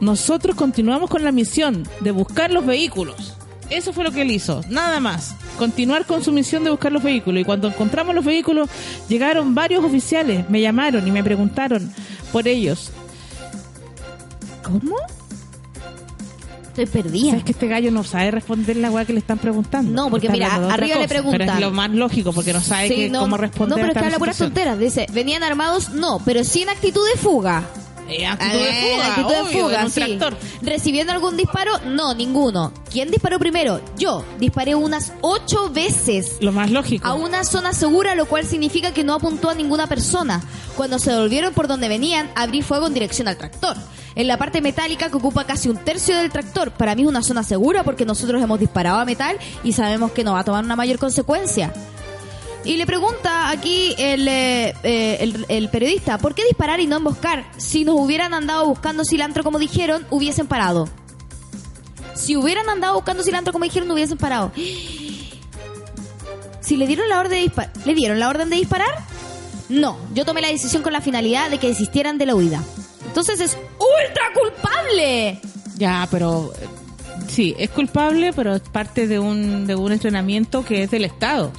S2: nosotros continuamos con la misión de buscar los vehículos. Eso fue lo que él hizo, nada más. Continuar con su misión de buscar los vehículos. Y cuando encontramos los vehículos, llegaron varios oficiales, me llamaron y me preguntaron por ellos.
S3: ¿Cómo? Estoy perdida.
S2: ¿Sabes que este gallo no sabe responder la weá que le están preguntando?
S3: No, porque
S2: Está
S3: mira,
S2: hablando de otra
S3: arriba le
S2: cosa, Pero
S3: preguntan.
S2: es lo más lógico, porque no sabe
S3: Sí,
S2: que- cómo responder.
S3: No, pero
S2: a
S3: es que
S2: tal
S3: habla puras
S2: situación.
S3: tonteras. Dice, venían armados, no, pero sí en actitud de fuga.
S2: Eh, actitud de
S3: Eh,
S2: fuga,
S3: actitud de
S2: obvio,
S3: fuga,
S2: en un
S3: sí.
S2: tractor.
S3: ¿Recibiendo algún disparo? No, ninguno. ¿Quién disparó primero? Yo. Disparé unas ocho veces
S2: Lo más lógico.
S3: a una zona segura, lo cual significa que no apuntó a ninguna persona. Cuando se volvieron por donde venían, abrí fuego en dirección al tractor. En la parte metálica que ocupa casi un tercio del tractor, para mí es una zona segura porque nosotros hemos disparado a metal y sabemos que no va a tomar una mayor consecuencia. Y le pregunta aquí el, eh, eh, el, el periodista, ¿por qué disparar y no emboscar? Si nos hubieran andado buscando cilantro como dijeron, hubiesen parado. Si hubieran andado buscando cilantro como dijeron, hubiesen parado. Si le dieron la orden de disparar, ¿le dieron la orden de disparar? No, yo tomé la decisión con la finalidad de que desistieran de la huida. Entonces es ultra culpable.
S2: Ya, pero eh, sí, es culpable, pero es parte de un, de un entrenamiento que es del Estado,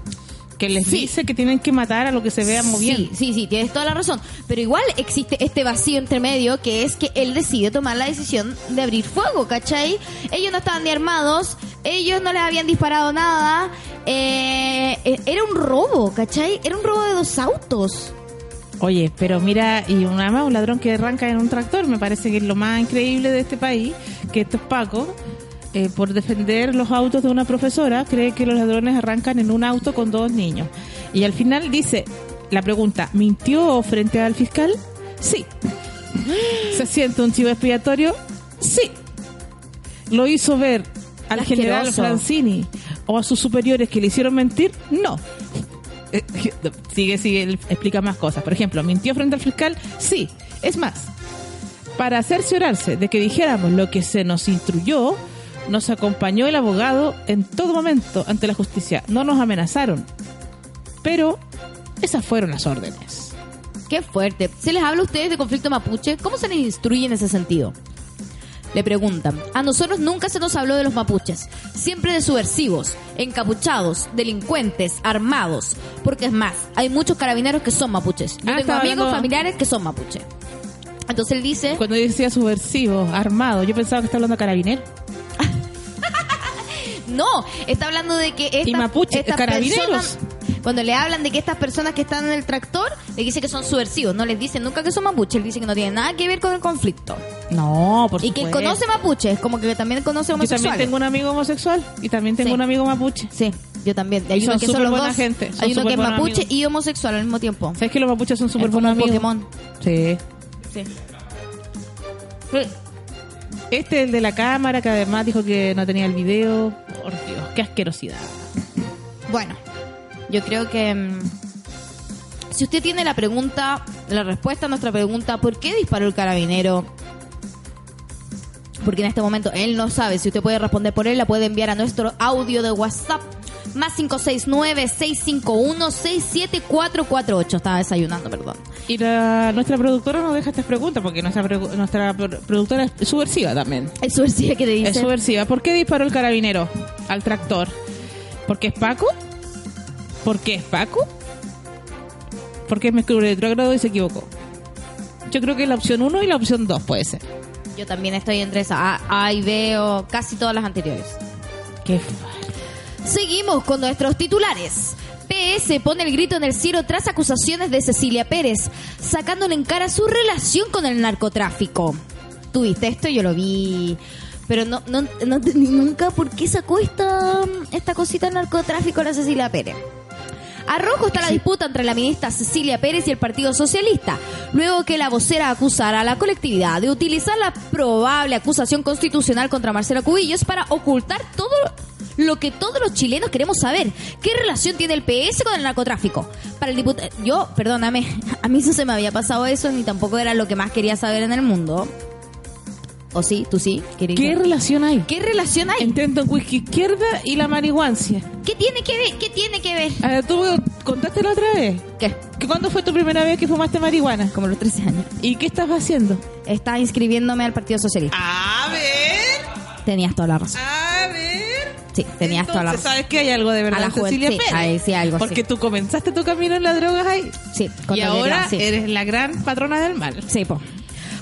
S2: que les
S3: Sí.
S2: dice que tienen que matar a lo que se vea moviendo.
S3: Sí, sí, sí, tienes toda la razón. Pero igual existe este vacío entre medio que es que él decide tomar la decisión de abrir fuego, ¿cachai? Ellos no estaban ni armados, ellos no les habían disparado nada. eh, eh, era un robo, ¿cachai? Era un robo de dos autos.
S2: Oye, pero mira, y una más, un ladrón que arranca en un tractor, me parece que es lo más increíble de este país, que estos pacos, eh, por defender los autos de una profesora, cree que los ladrones arrancan en un auto con dos niños. Y al final dice, la pregunta, ¿mintió frente al fiscal? Sí. ¿Se siente un chivo expiatorio? Sí. ¿Lo hizo ver al
S3: Asqueroso.
S2: general Francini o a sus superiores que le hicieron mentir? No. Eh, sigue, sigue, él explica más cosas. Por ejemplo, ¿mintió frente al fiscal? Sí. Es más, para cerciorarse de que dijéramos lo que se nos instruyó, nos acompañó el abogado en todo momento ante la justicia. No nos amenazaron. Pero esas fueron las órdenes.
S3: Qué fuerte. ¿Se les habla a ustedes de conflicto mapuche? ¿Cómo se les instruye en ese sentido? Le preguntan, a nosotros nunca se nos habló de los mapuches, siempre de subversivos, encapuchados, delincuentes, armados, porque es más, hay muchos carabineros que son mapuches. Yo
S2: Ah,
S3: tengo
S2: estaba
S3: amigos
S2: hablando-
S3: familiares que son mapuches. Entonces él dice,
S2: Cuando decía subversivo, armado, yo pensaba que estaba hablando de carabinero.
S3: no, está hablando de que estas,
S2: Y mapuche,
S3: estas
S2: carabineros.
S3: personas- cuando le hablan de que estas personas que están en el tractor, le dice que son subversivos, no les dicen nunca que son mapuches, él dice que no tiene nada que ver con el conflicto.
S2: No, por
S3: Y que
S2: supuesto.
S3: conoce mapuches, como que también conoce
S2: Yo también
S3: homosexuales.
S2: tengo un amigo homosexual y también tengo
S3: Sí.
S2: un amigo mapuche.
S3: Sí, yo también. Hay
S2: Y
S3: uno
S2: son
S3: que son
S2: súper
S3: los
S2: buena
S3: dos.
S2: gente, son
S3: Hay uno
S2: súper
S3: que es
S2: buenos
S3: mapuche
S2: amigos.
S3: y homosexual al mismo tiempo.
S2: ¿Sabes que los mapuches son súper
S3: Es como
S2: buenos
S3: un
S2: amigos?
S3: Pokémon.
S2: Sí.
S3: Sí.
S2: Este, el de la cámara, que además dijo que no tenía el video. Por Dios, qué asquerosidad.
S3: Bueno, yo creo que mm, si usted tiene la pregunta, la respuesta a nuestra pregunta, ¿por qué disparó el carabinero? Porque en este momento él no sabe. Si usted puede responder por él, la puede enviar a nuestro audio de WhatsApp. Más 569-651-67448. Estaba desayunando, perdón.
S2: Y la- nuestra productora nos deja estas preguntas, porque nuestra, pregu- nuestra pro- productora es subversiva también.
S3: Es subversiva que te dice.
S2: Es subversiva. ¿Por qué disparó el carabinero al tractor? ¿Porque es Paco? ¿Por qué es Paco? Porque es mercurio retrógrado y se equivocó. Yo creo que la opción 1 y la opción 2 puede ser.
S3: Yo también estoy entre esa A, A y B o casi todas las anteriores.
S2: Qué
S3: Seguimos con nuestros titulares. PS pone el grito en el cielo tras acusaciones de Cecilia Pérez, sacándole en cara su relación con el narcotráfico. Tuviste esto, yo lo vi. Pero no, no, no entendí nunca por qué sacó esta, esta cosita del narcotráfico la Cecilia Pérez. A rojo está la disputa entre la ministra Cecilia Pérez y el Partido Socialista, luego que la vocera acusara a la colectividad de utilizar la probable acusación constitucional contra Marcelo Cubillos para ocultar todo lo que todos los chilenos queremos saber. ¿Qué relación tiene el PS con el narcotráfico? Para el diputado... Yo, perdóname, a mí eso se me había pasado eso ni tampoco era lo que más quería saber en el mundo. ¿O sí? ¿Tú sí? querida?
S2: ¿Qué relación hay?
S3: ¿Qué relación hay?
S2: Entre en whisky izquierda y la marihuancia.
S3: ¿Qué tiene que ver? ¿Qué tiene que ver?
S2: A ver, tú contaste la otra vez.
S3: ¿Qué?
S2: que ¿Cuándo fue tu primera vez que fumaste marihuana?
S3: Como los 13 años.
S2: ¿Y qué estás haciendo?
S3: Estaba inscribiéndome al Partido Socialista.
S2: A ver,
S3: Tenías toda la razón.
S2: a ver.
S3: Sí, tenías toda la
S2: Entonces,
S3: razón.
S2: ¿sabes que hay algo de verdad
S3: A la
S2: en Cecilia
S3: juventud, sí,
S2: Pérez?
S3: ahí sí, algo,
S2: Porque
S3: sí.
S2: tú comenzaste tu camino en las drogas ahí.
S3: Sí, con
S2: Y
S3: toda
S2: ahora
S3: claridad, sí.
S2: eres la gran patrona del mal.
S3: Sí, po.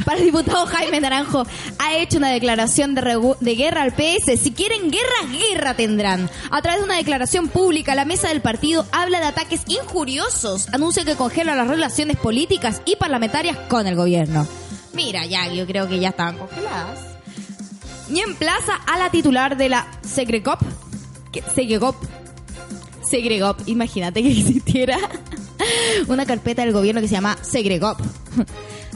S3: Para el diputado Jaime Naranjo, ha hecho una declaración de, regu- de guerra al PS. Si quieren guerra, guerra tendrán. A través de una declaración pública, la mesa del partido habla de ataques injuriosos. Anuncia que congela las relaciones políticas y parlamentarias con el gobierno. Mira, ya, yo creo que ya estaban congeladas. Y emplaza a la titular de la Segrecop. que- Segrecop. Segregop. Imagínate que existiera una carpeta del gobierno que se llama Segregop.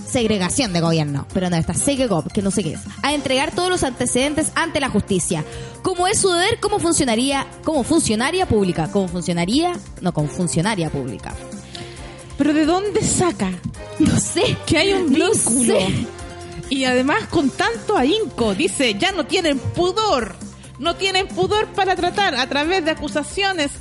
S3: Segregación de gobierno, pero no está Segregop, que no sé qué es. A entregar todos los antecedentes ante la justicia. Como es su deber, como funcionaría, como funcionaria pública, como funcionaría, no como funcionaria pública.
S2: Pero ¿de dónde saca
S3: No sé.
S2: que hay un
S3: No
S2: vínculo?
S3: sé.
S2: Y además con tanto ahínco, dice, ya no tienen pudor. No tienen pudor para tratar a través de acusaciones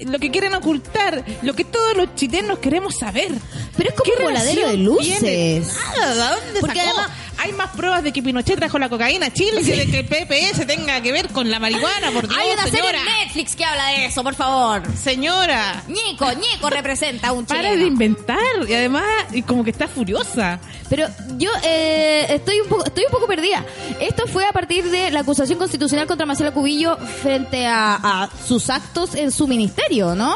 S2: lo que quieren ocultar, lo que todos los chilenos queremos saber.
S3: Pero es como
S2: ¿Qué
S3: un voladero de
S2: relación
S3: luces.
S2: tiene? Nada, ¿de dónde
S3: Porque
S2: sacó?
S3: además-
S2: hay más pruebas de que Pinochet trajo la cocaína a Chile que de que el PPS tenga que ver con la marihuana, por Dios,
S3: Hay una serie
S2: señora.
S3: en Netflix que habla de eso, por favor.
S2: Señora,
S3: Ñeco, Ñeco representa a un chileno.
S2: para de inventar. Y además, y como que está furiosa.
S3: Pero yo eh, estoy un poco estoy un poco perdida. Esto fue a partir de la acusación constitucional contra Marcelo Cubillo frente a, a sus actos en su ministerio, ¿no?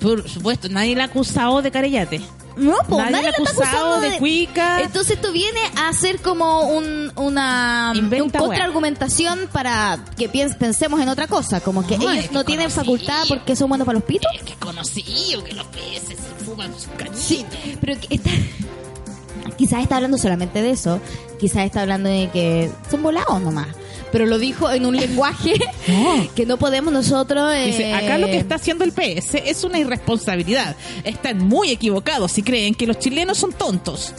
S2: Por supuesto, nadie la ha acusado de carellate.
S3: No, po,
S2: Nadie
S3: nadie,
S2: la
S3: lo está
S2: acusado
S3: acusando
S2: de cuica.
S3: Entonces esto viene a ser como un, una un
S2: Inventa
S3: contraargumentación para que piens- pensemos en otra cosa, como que
S2: No, es
S3: ellos
S2: que
S3: no tienen
S2: conocí.
S3: facultad porque son buenos para los pitos.
S2: Es que conocido que los peces se fuman sus cañitas.
S3: Sí, pero que está, quizás está hablando solamente de eso, quizás está hablando de que son volados nomás, pero lo dijo en un lenguaje
S2: No.
S3: que no podemos nosotros... eh,
S2: Dice, acá lo que está haciendo el PS es una irresponsabilidad. Están muy equivocados si creen que los chilenos son tontos.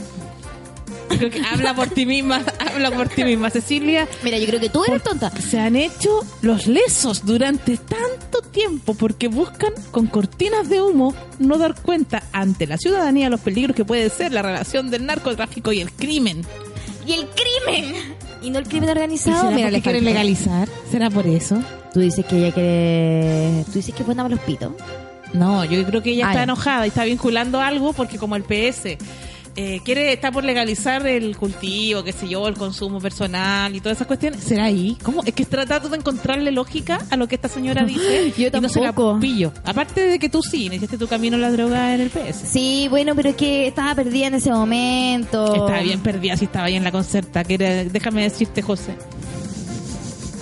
S2: Creo que habla por ti misma, habla por ti misma, Cecilia.
S3: Mira, yo creo que tú eres tonta.
S2: Se han hecho los lesos durante tanto tiempo porque buscan con cortinas de humo no dar cuenta ante la ciudadanía los peligros que puede ser la relación del narcotráfico y el crimen.
S3: Y el crimen. Y no el crimen
S2: ¿Y
S3: organizado. Mira, le falta.
S2: legalizar? ¿Será por eso?
S3: Tú dices que ella quiere... Tú dices que es buena para los pitos.
S2: No, yo creo que ella
S3: Ah,
S2: está
S3: ya.
S2: enojada y está vinculando algo porque como el PS eh, quiere está por legalizar el cultivo, qué sé yo, el consumo personal y todas esas cuestiones, ¿será ahí? ¿Cómo? Es que estoy tratando de encontrarle lógica a lo que esta señora dice
S3: Yo
S2: y no se la
S3: tampoco.
S2: pillo. Aparte de que tú sí, iniciaste tu camino a la droga en el PS.
S3: Sí, bueno, pero es que estaba perdida en ese momento.
S2: Estaba bien perdida si estaba ahí en la concerta, que era- déjame decirte, José.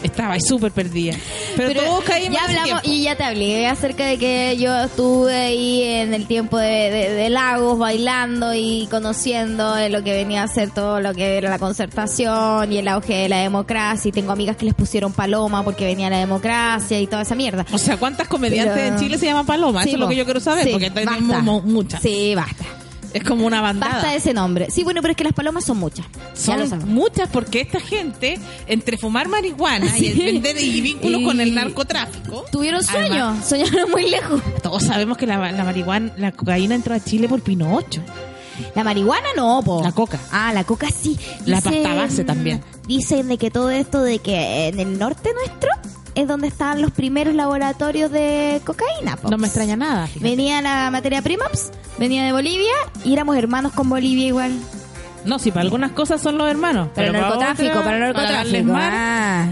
S2: Estaba ahí súper perdida. Pero, todos caímos
S3: ya
S2: en ese
S3: hablamos
S2: tiempo.
S3: y ya te hablé acerca de que yo estuve ahí en el tiempo de, de- de Lagos bailando y conociendo de lo que venía a ser todo lo que era la concertación y el auge de la democracia y tengo amigas que les pusieron paloma porque venía la democracia y toda esa mierda.
S2: O sea, ¿cuántas comediantes
S3: Pero-
S2: en Chile se llaman Paloma?
S3: Sí,
S2: Eso es lo
S3: po.
S2: que yo quiero saber,
S3: Sí,
S2: porque tenemos
S3: basta.
S2: mo- muchas.
S3: Sí, basta.
S2: Es como una bandada.
S3: Basta de ese nombre. Sí, bueno, pero es que las palomas son muchas. ya lo
S2: Son
S3: sabemos.
S2: muchas porque esta gente, entre fumar marihuana y el
S3: Sí.
S2: vender y vínculos
S3: Y-
S2: con el narcotráfico,
S3: Tuvieron sueño,
S2: Además-
S3: soñaron muy lejos.
S2: todos sabemos que la, la marihuana, la cocaína entró a Chile por Pinocho.
S3: La marihuana no, po.
S2: La coca.
S3: Ah, la coca sí.
S2: La pasta base también.
S3: Dicen de que todo esto de que en el norte nuestro es donde estaban los primeros laboratorios de cocaína, po.
S2: No me extraña nada. fíjate.
S3: Venía la materia prima, ps, venía de Bolivia y éramos hermanos con Bolivia igual.
S2: No, si para algunas cosas son los hermanos.
S3: Para el
S2: pero
S3: narcotráfico,
S2: otras,
S3: para el
S2: para darles
S3: narcotráfico.
S2: mar.
S3: ah.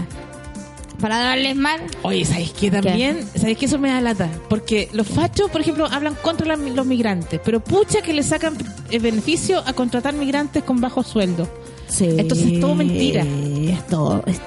S3: Para darles mal.
S2: Oye, ¿sabéis qué también? ¿Sabéis qué eso me da lata? Porque los fachos, por ejemplo, hablan contra la- los migrantes, pero pucha que le sacan eh, beneficio a contratar migrantes con bajo sueldo.
S3: Sí.
S2: Entonces es todo mentira.
S3: Es todo. es-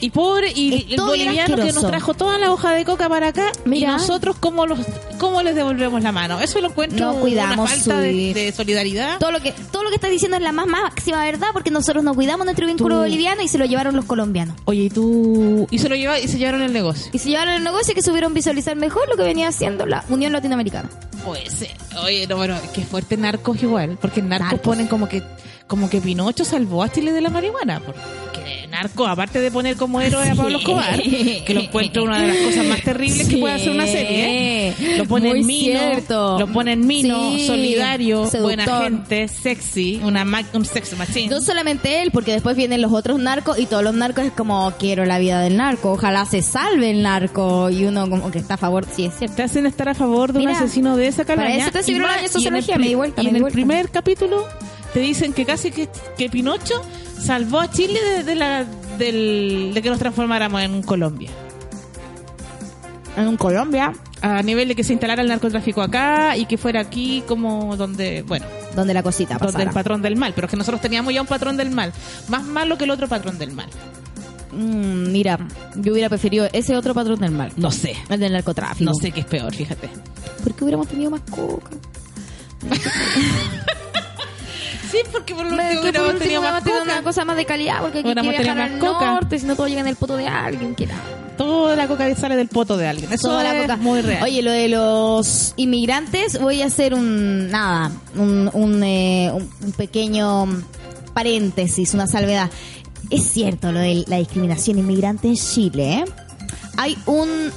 S2: Y pobre,
S3: Es
S2: y el
S3: todo bien
S2: boliviano que nos
S3: asqueroso.
S2: trajo toda la hoja de coca para acá,
S3: Mira.
S2: y nosotros cómo, los, cómo les devolvemos la mano. Eso lo encuentro
S3: No cuidamos
S2: una falta de,
S3: su-
S2: de solidaridad.
S3: Todo lo que todo lo que estás diciendo es la más máxima verdad porque nosotros nos cuidamos nuestro vínculo
S2: Tú-
S3: boliviano y se lo llevaron los colombianos.
S2: Oye, y tú... Y se lo lleva, y se llevaron el negocio.
S3: Y se llevaron el negocio que supieron visualizar mejor lo que venía haciendo la Unión Latinoamericana.
S2: Pues, eh, oye, no, bueno, que fuerte narcos igual, porque narcos,
S3: Narcos.
S2: ponen como que como que Pinocho salvó a Chile de la marihuana, porque narcos, aparte de poner
S3: Ah,
S2: como héroe a Pablo Escobar, que lo encuentro una de las cosas más terribles que puede hacer una serie, ¿eh? lo ponen
S3: Muy
S2: mino,
S3: cierto.
S2: lo ponen mino,
S3: Sí.
S2: solidario, buena
S3: Seductor.
S2: gente, sexy, una ma- un sex machine.
S3: No solamente él, porque después vienen los otros narcos y todos los narcos es como quiero la vida del narco, ojalá se salve el narco y uno como que está a favor, sí es cierto.
S2: te hacen estar a favor de un
S3: Mira,
S2: asesino de esa
S3: para
S2: calaña.
S3: eso te
S2: y
S3: sirvió la
S2: más- y en
S3: sociología,
S2: el,
S3: me di vuelta,
S2: y
S3: me
S2: en
S3: di
S2: el
S3: vuelta.
S2: primer capítulo te dicen que casi que, que Pinocho salvó a Chile de, de la, del, de que nos transformáramos en Colombia.
S3: En Colombia,
S2: A nivel de que se instalara el narcotráfico acá y que fuera aquí como donde, bueno,
S3: donde la cosita
S2: donde el
S3: pasara.
S2: patrón del mal. Pero es que nosotros teníamos ya un patrón del mal. Más malo que el otro patrón del mal.
S3: Mm, mira, yo hubiera preferido ese otro patrón del mal,
S2: No sé.
S3: el del narcotráfico.
S2: No sé qué es peor, fíjate.
S3: ¿Por qué hubiéramos tenido más coca?
S2: Sí, porque por lo
S3: Hombre,
S2: menos
S3: que por
S2: hubiéramos
S3: último
S2: tenido más
S3: hubiéramos tenido una
S2: coca.
S3: cosa más de calidad porque aquí hay que
S2: Hubiéramos tenido
S3: viajar al
S2: más coca.
S3: norte si no todo llega en el poto de alguien que nada.
S2: Toda la coca que sale del poto de alguien. Eso
S3: Toda la
S2: es
S3: coca.
S2: muy real.
S3: Oye, lo de los inmigrantes voy a hacer un nada, un un, eh, un- un pequeño paréntesis, una salvedad. Es cierto lo de la discriminación inmigrante en Chile. ¿eh? Hay un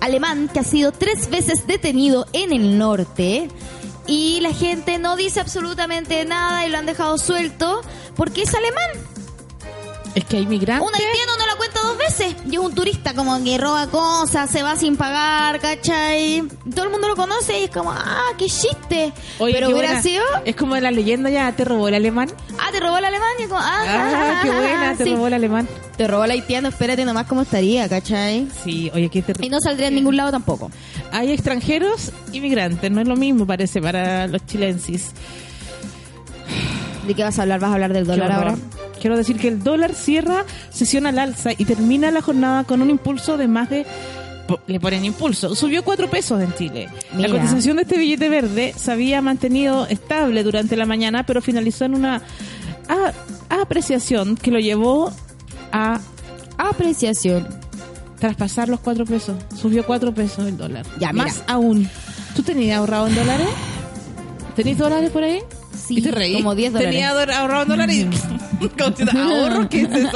S3: alemán que ha sido tres veces detenido en el norte y la gente no dice absolutamente nada y lo han dejado suelto porque es alemán.
S2: es que hay migrantes.
S3: Un haitiano no la cuenta dos veces. Y es un turista como que roba cosas, se va sin pagar, ¿cachai? Todo el mundo lo conoce y es como, ah, qué chiste.
S2: Oye,
S3: Pero
S2: qué
S3: hubiera
S2: buena.
S3: sido,
S2: Es como la leyenda ya, te robó el alemán.
S3: ah, te robó el alemán y es como, ah,
S2: Ah, qué buena, te
S3: sí.
S2: robó el alemán.
S3: Te robó el haitiano, espérate nomás cómo estaría, ¿cachai?
S2: Sí, oye, qué
S3: Y
S2: terrible.
S3: no saldría en ningún lado tampoco.
S2: Hay extranjeros inmigrantes, no es lo mismo, parece, para los chilenses.
S3: ¿De qué vas a hablar? ¿Vas a hablar del
S2: Qué
S3: dólar
S2: horror.
S3: ahora?
S2: Quiero decir que el dólar cierra sesión al alza y termina la jornada con un impulso de más de... po- Le ponen impulso. Subió cuatro pesos en Chile.
S3: Mira.
S2: La cotización de este billete verde se había mantenido estable durante la mañana, pero finalizó en una a- apreciación que lo llevó a
S3: Apreciación.
S2: traspasar los cuatro pesos. Subió cuatro pesos el dólar.
S3: Ya, mira.
S2: Más aún. ¿Tú tenías ahorrado en dólares? ¿Tenéis dólares por ahí?
S3: Sí,
S2: ¿Y te reí?
S3: como 10 dólares. Mm.
S2: Tenía dor- ahorrado en dólares y... como si- ¿Ahorro? ¿Qué es eso?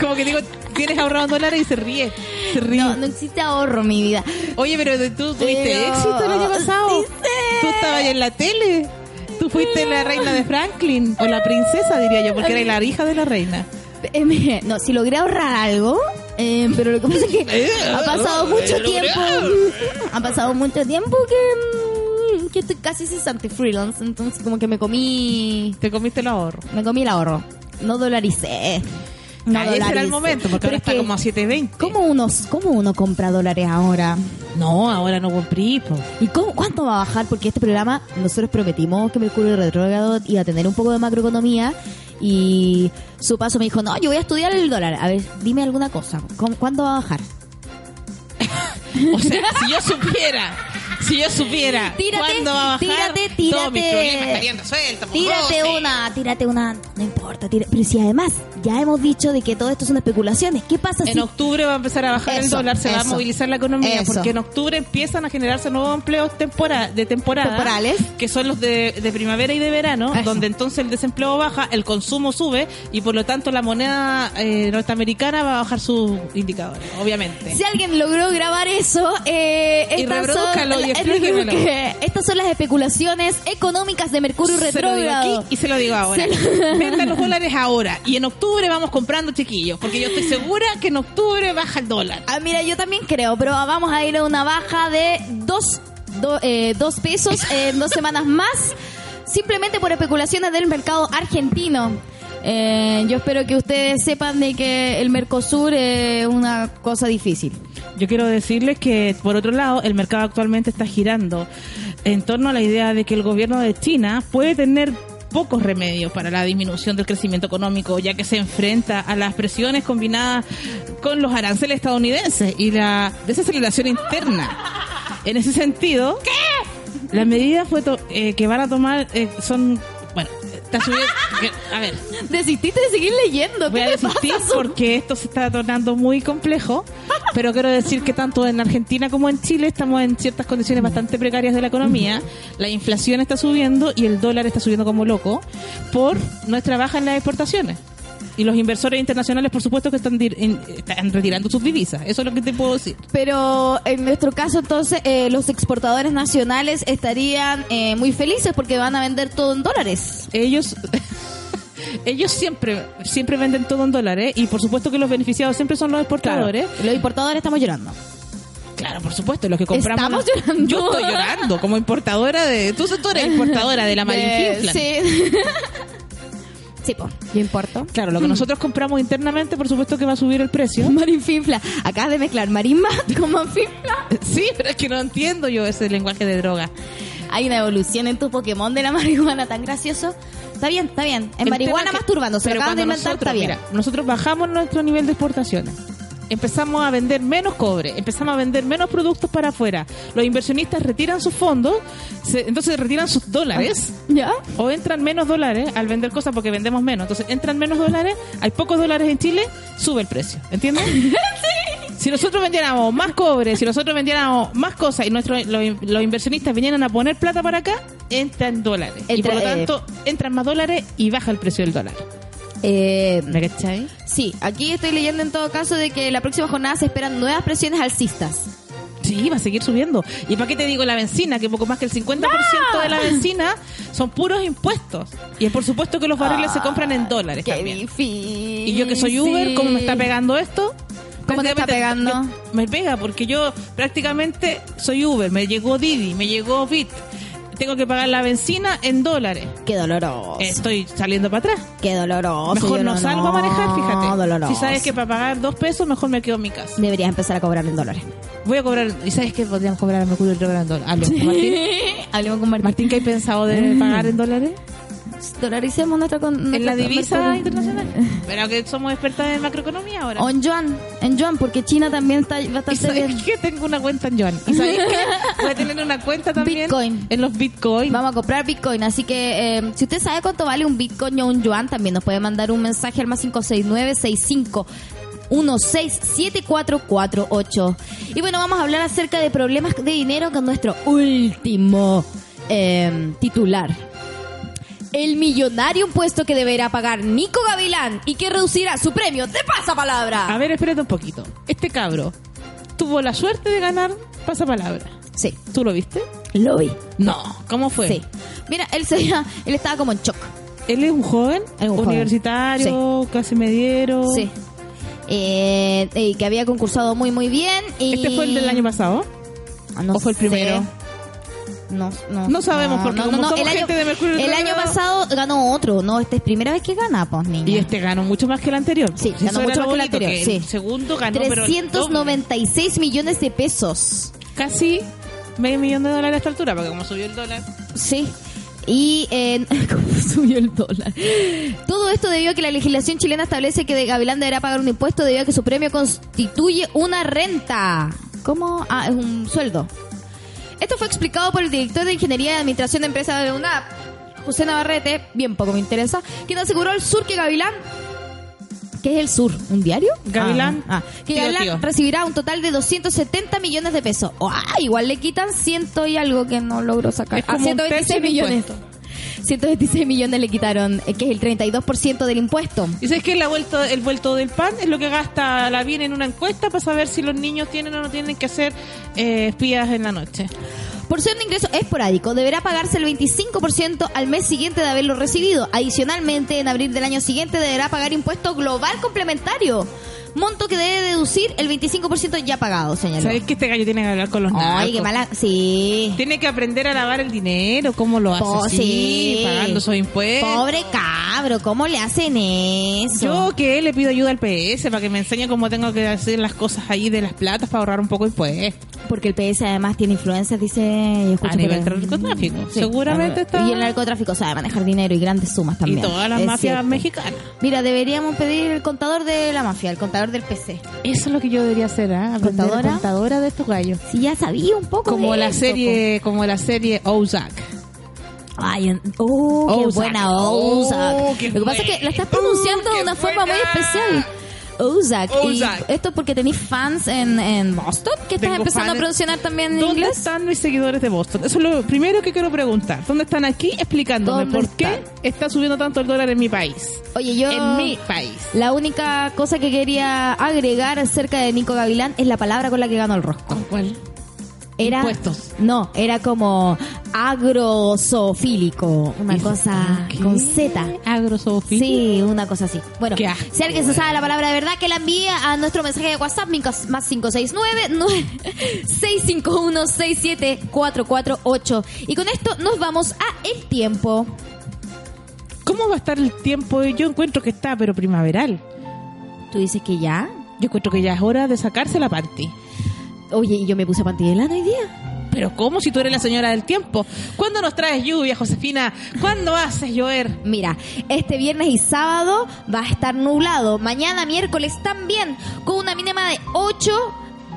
S2: como que digo, tienes ahorrado en dólares y se ríe. Se ríe.
S3: No, no existe ahorro, mi vida.
S2: Oye, pero tú tuviste
S3: Pero-
S2: éxito el año pasado.
S3: Sí,
S2: Tú estabas en la tele. Tú fuiste la reina de Franklin. O la princesa, diría yo, porque era la hija de la reina.
S3: Eh, mire, no, si logré ahorrar algo, eh, pero lo que pasa es que ha pasado
S2: eh,
S3: mucho tiempo. Ha pasado mucho tiempo que, mm, que estoy casi cesante freelance, entonces como que me comí
S2: Te comiste el ahorro.
S3: me comí el ahorro. No dolaricé. No
S2: Ah, ese era el
S3: dolaricé.
S2: momento, porque
S3: Pero
S2: ahora
S3: es
S2: está
S3: que,
S2: como a 7.20.
S3: ¿cómo, unos, ¿Cómo uno compra dólares ahora?
S2: No, ahora no compré, po.
S3: ¿Y cómo, cuánto va a bajar? Porque este programa, nosotros prometimos que Mercurio Retrógrado iba a tener un poco de macroeconomía Y su paso me dijo, no, yo voy a estudiar el dólar. A ver, dime alguna cosa. ¿Cómo- ¿Cuándo va a bajar?
S2: O sea, si yo supiera, si yo supiera
S3: Tírate,
S2: cuándo va a bajar,
S3: tírate,
S2: todos mis
S3: tírate.
S2: problemas estarían resueltos.
S3: Tírate
S2: José.
S3: una, tírate una, no importa, tira- pero si además ya hemos dicho de que todo esto son especulaciones, ¿qué pasa si
S2: En octubre va a empezar a bajar el
S3: Eso,
S2: dólar, se va a
S3: eso.
S2: movilizar la economía,
S3: Eso.
S2: porque en octubre empiezan a generarse nuevos empleos tempora- de temporada,
S3: Temporales.
S2: que son los de, de primavera y de verano,
S3: Eso.
S2: donde entonces el desempleo baja, el consumo sube y por lo tanto la moneda eh, norteamericana va a bajar sus indicadores, obviamente.
S3: Si alguien logró grabar eso, eh,
S2: Y
S3: estas,
S2: reprodúzcalo
S3: son,
S2: y explíquemelo.
S3: que- estas son las especulaciones económicas de Mercurio
S2: Se lo digo aquí
S3: retrógrado.
S2: y se lo digo ahora. Vendan los dólares ahora y en octubre vamos comprando chiquillos, porque yo estoy segura que en octubre baja el dólar.
S3: Ah, mira, yo también creo, pero vamos a ir a una baja de dos, do- eh, dos pesos en dos semanas más, simplemente por especulaciones del mercado argentino. Eh, yo espero que ustedes sepan de que el Mercosur es una cosa difícil.
S2: Yo quiero decirles que, por otro lado, el mercado actualmente está girando en torno a la idea de que el gobierno de China puede tener pocos remedios para la disminución del crecimiento económico, ya que se enfrenta a las presiones combinadas con los aranceles estadounidenses y la desaceleración interna. En ese sentido, las medidas fue to- eh, que van a tomar eh, son, bueno, está subiendo, que- a ver,
S3: Desististe de seguir leyendo.
S2: voy
S3: ¿Qué
S2: a
S3: te
S2: desistir
S3: pasa, Sur?
S2: porque esto se está tornando muy complejo, pero quiero decir que tanto en Argentina como en Chile estamos en ciertas condiciones bastante precarias de la economía, la inflación está subiendo y el dólar está subiendo como loco por nuestra baja en las exportaciones. Y los inversores internacionales, por supuesto, que están, dir- en- están retirando sus divisas. Eso es lo que te puedo decir.
S3: Pero en nuestro caso, entonces, eh, los exportadores nacionales estarían eh, muy felices porque van a vender todo en dólares.
S2: ellos ellos siempre siempre venden todo en dólares y por supuesto que los beneficiados siempre son los exportadores
S3: Los importadores estamos llorando.
S2: Claro, por supuesto, los que compramos.
S3: Estamos llorando.
S2: Yo estoy llorando como importadora de. Tú, tú eres importadora de la
S3: Eh,
S2: Marinfla.
S3: Sí. sí, po, yo importo.
S2: Claro, lo que nosotros compramos internamente, por supuesto que va a subir el precio.
S3: Marinfinfla. Acabas de mezclar marimba con manfinfla.
S2: Sí, pero es que no entiendo yo ese lenguaje de droga.
S3: Hay una evolución en tu Pokémon de la marihuana tan gracioso. Está bien, está bien. En
S2: El
S3: marihuana
S2: tema que-
S3: masturbando, se lo
S2: pero
S3: acaban de
S2: cuando
S3: inventar,
S2: nosotros,
S3: está bien.
S2: mira, nosotros bajamos nuestro nivel de exportaciones. Empezamos a vender menos cobre, empezamos a vender menos productos para afuera. Los inversionistas retiran sus fondos, se- entonces retiran sus dólares.
S3: ¿Ya?
S2: o entran menos dólares al vender cosas porque vendemos menos. Entonces entran menos dólares, hay pocos dólares en Chile, sube el precio. ¿Entiendes? Si nosotros vendiéramos más cobre, si nosotros vendiéramos más cosas y nuestros los, los inversionistas vinieran a poner plata para acá, entran dólares. y
S3: Entra-
S2: por lo
S3: eh.
S2: tanto, entran más dólares y baja el precio del dólar.
S3: Eh,
S2: ¿Me cachai?
S3: Sí, aquí estoy leyendo en todo caso de que la próxima jornada se esperan nuevas presiones alcistas.
S2: Sí, va a seguir subiendo. ¿Y para qué te digo la benzina? Que poco más que el 50% de la benzina son puros impuestos. Y por supuesto que los barriles se compran en dólares
S3: Qué
S2: también.
S3: difícil.
S2: Y yo que soy Uber, ¿cómo me está pegando esto?
S3: ¿Cómo te está
S2: Prácticamente,
S3: pegando?
S2: yo- Me pega porque yo prácticamente soy Uber, me llegó Didi, me llegó Bit. Tengo que pagar la benzina en dólares.
S3: Qué doloroso.
S2: Estoy saliendo para atrás.
S3: Qué doloroso.
S2: Mejor
S3: yo
S2: no, salgo a manejar, fíjate.
S3: doloroso.
S2: Si sabes que para pagar dos pesos, mejor me quedo en mi casa.
S3: Deberías empezar a cobrar en dólares.
S2: Voy a cobrar. ¿Y sabes que podríamos cobrar a Mercurio el dólar en dólares? Aló, Martín.
S3: Hablemos con Martín.
S2: Martín, ¿qué hay pensado de
S3: Mm.
S2: pagar en dólares?
S3: Dolaricemos nuestra... Con,
S2: En
S3: nuestra-
S2: la divisa
S3: nuestra-
S2: internacional. Pero que somos expertas en macroeconomía ahora.
S3: O en yuan. En yuan, porque China también está
S2: ¿Y
S3: bastante bien.
S2: sabes que tengo una cuenta en Yuan? ¿Y sabes que voy a tener una cuenta también
S3: Bitcoin.
S2: en los Bitcoin?
S3: Vamos a comprar Bitcoin, así que eh, si usted sabe cuánto vale un Bitcoin o un yuan, también nos puede mandar un mensaje al más 569-65-167448. Y bueno, vamos a hablar acerca de problemas de dinero con nuestro último eh, titular. El millonario impuesto que deberá pagar Nico Gavilán y que reducirá su premio de
S2: A
S3: pasapalabra.
S2: ver, espérate un poquito. Este cabro tuvo la suerte de ganar pasapalabra.
S3: Sí,
S2: ¿Tú lo viste?
S3: lo vi.
S2: No. ¿Cómo fue?
S3: Sí. Mira, él, se, él estaba como en shock.
S2: Él es un joven,
S3: Es un joven.
S2: universitario, casi mediero.
S3: Sí. Eh, eh, que había concursado muy, muy bien. Y...
S2: ¿Este fue el del año pasado?
S3: Ah, no
S2: ¿O fue el
S3: sé.
S2: primero?
S3: No, no,
S2: No sabemos, porque como somos
S3: el año,
S2: gente de Mercurio
S3: el año
S2: Retrógrado-
S3: pasado ganó otro, ¿no? Esta es primera vez que gana, pues, niña.
S2: Y este ganó mucho más que el anterior.
S3: Sí,
S2: Eso
S3: ganó
S2: era
S3: mucho
S2: lo
S3: más que
S2: bonito,
S3: el anterior,
S2: que
S3: sí.
S2: El segundo ganó, pero el doble.
S3: 396 millones de pesos.
S2: Casi medio millón de dólares a esta altura, porque como subió el dólar.
S3: Sí. Y eh, ¿cómo subió el dólar. Todo esto debido a que la legislación chilena establece que de Gavilán deberá pagar un impuesto debido a que su premio constituye una renta. ¿Cómo? Ah, es un sueldo. Esto fue explicado por el director de Ingeniería y Administración de Empresas de UNAP, José Navarrete, bien poco me interesa, quien aseguró al sur que Gavilán ¿Qué es el sur? ¿Un diario?
S2: Gavilán.
S3: Ah, ah. que
S2: Tío,
S3: Gavilán
S2: tío.
S3: recibirá un total de 270 millones de pesos. ¡Ah! igual le quitan ciento y algo que no logró sacar.
S2: Es como
S3: Ah,
S2: un
S3: 126
S2: tercio del
S3: millones.
S2: impuesto.
S3: 126 millones le quitaron, eh, que es el 32% del impuesto.
S2: Dices que la vuelta, el vuelto del pan es lo que gasta la bien en una encuesta para saber si los niños tienen o no tienen que hacer eh, espías en la noche.
S3: Por ser un ingreso esporádico, deberá pagarse el 25% al mes siguiente de haberlo recibido. Adicionalmente, en abril del año siguiente deberá pagar impuesto global complementario, monto que debe deducir el 25% ya pagado, señaló.
S2: Sabes que este gallo tiene que hablar con los
S3: Ay,
S2: narcos.
S3: qué mala. Sí.
S2: Tiene que aprender a lavar el dinero, cómo lo hace.
S3: Po-
S2: sí,
S3: Oh, sí.
S2: pagando sus impuestos.
S3: Pobre cabro, ¿cómo le hacen eso?
S2: Yo que le pido ayuda al PS para que me enseñe cómo tengo que hacer las cosas ahí de las platas para ahorrar un poco de impuestos
S3: Porque el PS además tiene influencias, dice. yo escucho
S2: a nivel
S3: por
S2: del
S3: ahí.
S2: narcotráfico.
S3: Sí.
S2: Seguramente está...
S3: Y el narcotráfico sabe manejar dinero y grandes sumas
S2: y
S3: también.
S2: todas las
S3: Es
S2: mafias
S3: cierto.
S2: mexicanas.
S3: Mira, deberíamos pedir el contador de la mafia, el contador del PC.
S2: Eso es lo que yo debería hacer, ¿ah?
S3: Aprender ¿Contadora?
S2: de estos gallos.
S3: Si ya sabía un poco.
S2: Como
S3: de
S2: la
S3: eso,
S2: serie, como la serie Ozark.
S3: po. Ay, en- oh, qué
S2: Ozark.
S3: buena
S2: Oh,
S3: Ozark.
S2: qué
S3: Lo que pasa es que la estás pronunciando
S2: buena. Oh,
S3: de una forma muy
S2: Buena.
S3: especial. Ozark. Y
S2: Ozark.
S3: esto es porque tenéis fans en, en Boston que estás
S2: Tengo
S3: empezando a
S2: fans.
S3: pronunciar también en
S2: ¿Dónde
S3: inglés.
S2: están mis seguidores de Boston? Eso es lo primero que quiero preguntar. ¿Dónde están aquí explicándome
S3: ¿Dónde
S2: por
S3: están?
S2: qué está subiendo tanto el dólar en mi país?
S3: Oye, yo.
S2: En mi país.
S3: La única cosa que quería agregar acerca de Nico Gavilán es la palabra con la que ganó el rosco.
S2: ¿Con cuál?
S3: Era,
S2: Impuestos.
S3: No, era como agrosofílico. Una cosa
S2: ¿Qué?
S3: con Z.
S2: Agrosofía.
S3: Sí, eh. una cosa así. Bueno,
S2: Qué asco,
S3: si alguien se sabe la palabra de verdad, que la envíe a nuestro mensaje de WhatsApp mincas- más 569-651-67448. Y con esto nos vamos a El Tiempo.
S2: ¿Cómo va a estar el tiempo? Yo encuentro que está, pero primaveral.
S3: Tú dices que ya.
S2: Yo encuentro que ya es hora de sacarse la party.
S3: Oye, y yo me puse pantilla de lana hoy día.
S2: Pero ¿cómo si tú eres la señora del tiempo? ¿Cuándo nos traes lluvia, Josefina? ¿Cuándo haces llover?
S3: Mira, este viernes y sábado va a estar nublado. Mañana, miércoles también, con una mínima de 8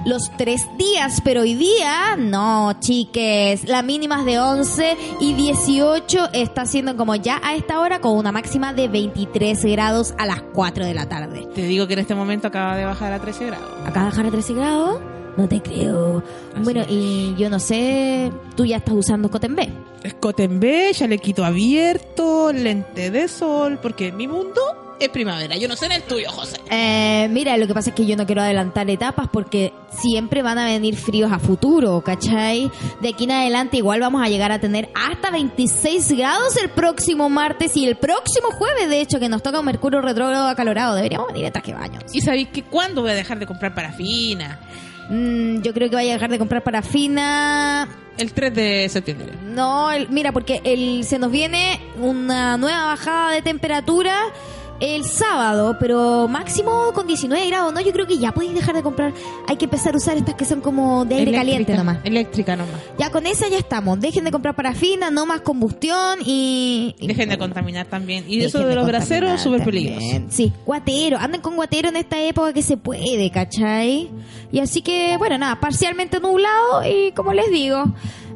S3: los tres días. Pero hoy día, no, chiques. La mínima es de 11 y 18 está siendo como ya a esta hora, con una máxima de 23 grados a las 4 de la tarde.
S2: Te digo que en este momento acaba de bajar a 13 grados.
S3: ¿Acá bajar a 13 grados? No te creo.
S2: Así
S3: bueno,
S2: es.
S3: y yo no sé, tú ya estás usando Cotton B.
S2: Escote en B, chalequito abierto, lente de sol, porque en mi mundo es primavera. Yo no sé en el tuyo, José.
S3: Eh, mira, lo que pasa es que yo no quiero adelantar etapas porque siempre van a venir fríos a futuro, ¿cachai? De aquí en adelante igual vamos a llegar a tener hasta 26 grados el próximo martes y el próximo jueves, de hecho, que nos toca un mercurio retrógrado acalorado. Deberíamos venir de traje de baño.
S2: ¿Y sabéis que cuándo voy a dejar de comprar parafina?
S3: Mm, yo creo que vaya a dejar de comprar parafina.
S2: El 3 de septiembre.
S3: No, el- mira, porque el, se nos viene una nueva bajada de temperatura el sábado, pero máximo con 19 grados, ¿no? Yo creo que ya podéis dejar de comprar. Hay que empezar a usar estas que son como de aire caliente nomás.
S2: Eléctrica nomás.
S3: Ya con esa ya estamos. Dejen de comprar parafina, no más combustión y... y-
S2: Dejen de contaminar también. Y eso
S3: dejen
S2: de los
S3: contaminar
S2: braceros, súper
S3: también.
S2: peligroso.
S3: Sí, guatero. Anden con guatero en esta época que se puede, ¿cachai? Y así que, bueno, nada, parcialmente nublado y como les digo,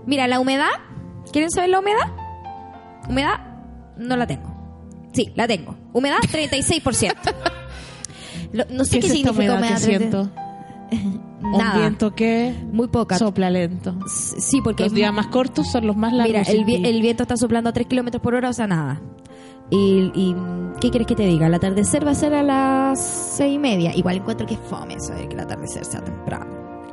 S3: mira, la humedad, ¿quieren saber la humedad? Humedad, no la tengo. Sí, la tengo. Humedad, 36%. Lo- no sé qué,
S2: es esta
S3: significa humedad.
S2: humedad que
S3: 30?
S2: siento?
S3: Nada.
S2: Un viento que
S3: Muy poca.
S2: sopla lento.
S3: sí, porque...
S2: Los
S3: es
S2: días más cortos son los más largos.
S3: Mira, el,
S2: sin
S3: vi-
S2: ti.
S3: el viento está soplando a 3 kilómetros por hora, o sea, nada. Y, y, ¿qué quieres que te diga? El atardecer va a ser a las seis y media. Igual encuentro que es fome eso de que el atardecer sea temprano.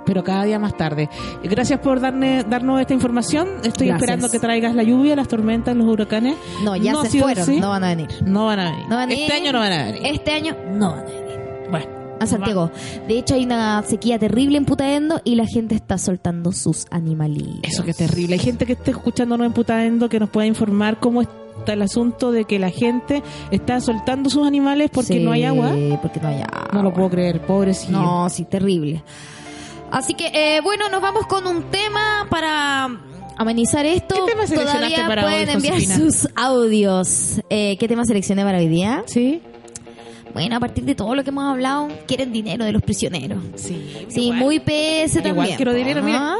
S2: pero cada día más tarde. Gracias por darne- darnos esta información. Estoy
S3: Gracias.
S2: esperando que traigas la lluvia, las tormentas, los huracanes.
S3: No, ya
S2: ha
S3: se
S2: sido
S3: fueron,
S2: así.
S3: no van a venir.
S2: No van a venir.
S3: No van a
S2: Este
S3: venir.
S2: año no van a venir.
S3: Este año no van a venir.
S2: Bueno.
S3: A Santiago. De hecho, hay una sequía terrible en Putaendo y la gente está soltando sus animalitos.
S2: Eso que es terrible. Hay gente que está escuchándonos en Putaendo que nos pueda informar cómo está el asunto de que la gente está soltando sus animales porque
S3: Sí, Ah,
S2: no hay agua.
S3: Porque no hay agua.
S2: No lo puedo creer, pobrecillo.
S3: No, sí, terrible. Así que, eh, bueno, nos vamos con un tema para amenizar esto,
S2: ¿Qué tema seleccionaste
S3: todavía
S2: para hoy,
S3: pueden enviar
S2: Josefina?
S3: sus audios. Eh, ¿Qué tema seleccioné para hoy día?
S2: Sí.
S3: Bueno, a partir de todo lo que hemos hablado, quieren dinero de los prisioneros.
S2: Sí.
S3: Sí,
S2: igual.
S3: muy PS
S2: Igual
S3: también.
S2: quiero dinero, mira.
S3: Ajá.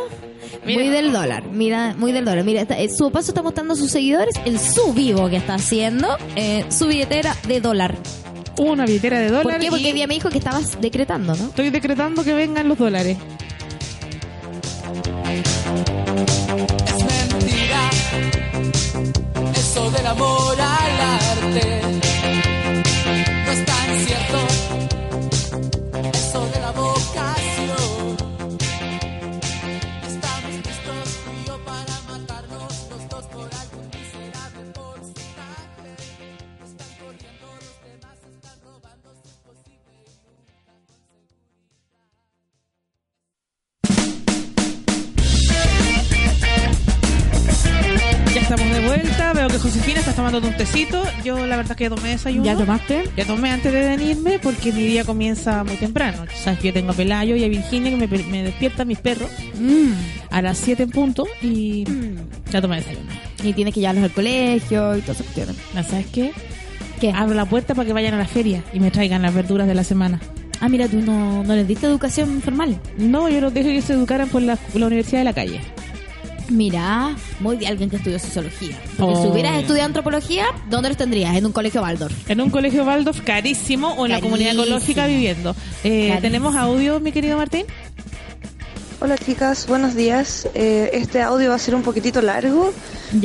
S2: Mira.
S3: Muy del dólar, mira, muy del dólar. Mira, está- eh, su paso está mostrando a sus seguidores el su vivo que está haciendo, eh, su billetera de dólar.
S2: Una billetera de
S3: ¿Por
S2: dólares.
S3: qué? Porque
S2: y
S3: hoy día me dijo que estabas decretando, ¿no?
S2: Estoy decretando que vengan los dólares.
S5: Es mentira, eso del amor al arte. No es tan cierto, eso de la vocación. Estamos listos tú y yo para matarnos los dos por algún miserable porcentaje. Están corriendo los demás, están robando sus posibles.
S2: Ya estamos de vuelta. Veo que Josefina está tomando un tecito. Yo la verdad que tomé desayuno.
S6: ¿Ya tomaste?
S2: Ya tomé antes de venirme porque mi día comienza muy temprano. O sea, yo tengo a Pelayo y a Virginia que me, pe- me despiertan mis perros a las 7 en punto y
S3: Mm.
S2: ya tomé desayuno.
S7: Y tienes que llevarlos al colegio y todas esas cuestiones.
S2: ¿No sabes qué?
S3: ¿Qué?
S2: Abro la puerta para que vayan a la feria y me traigan las verduras de la semana.
S6: Ah, mira, tú no, no les diste educación formal.
S2: No, yo los dejé que se educaran por la, la universidad de la calle.
S3: Mira, muy de alguien que estudió sociología.
S2: Porque
S6: Oh.
S3: si hubieras
S7: Estudia antropología, ¿dónde los tendrías? En un colegio Waldorf.
S2: En un colegio Waldorf carísimo o en la comunidad ecológica viviendo. Eh,
S3: Carísimo.
S2: ¿Tenemos audio, mi querido Martín?
S8: Hola chicas, buenos días. Eh, este audio va a ser un poquitito largo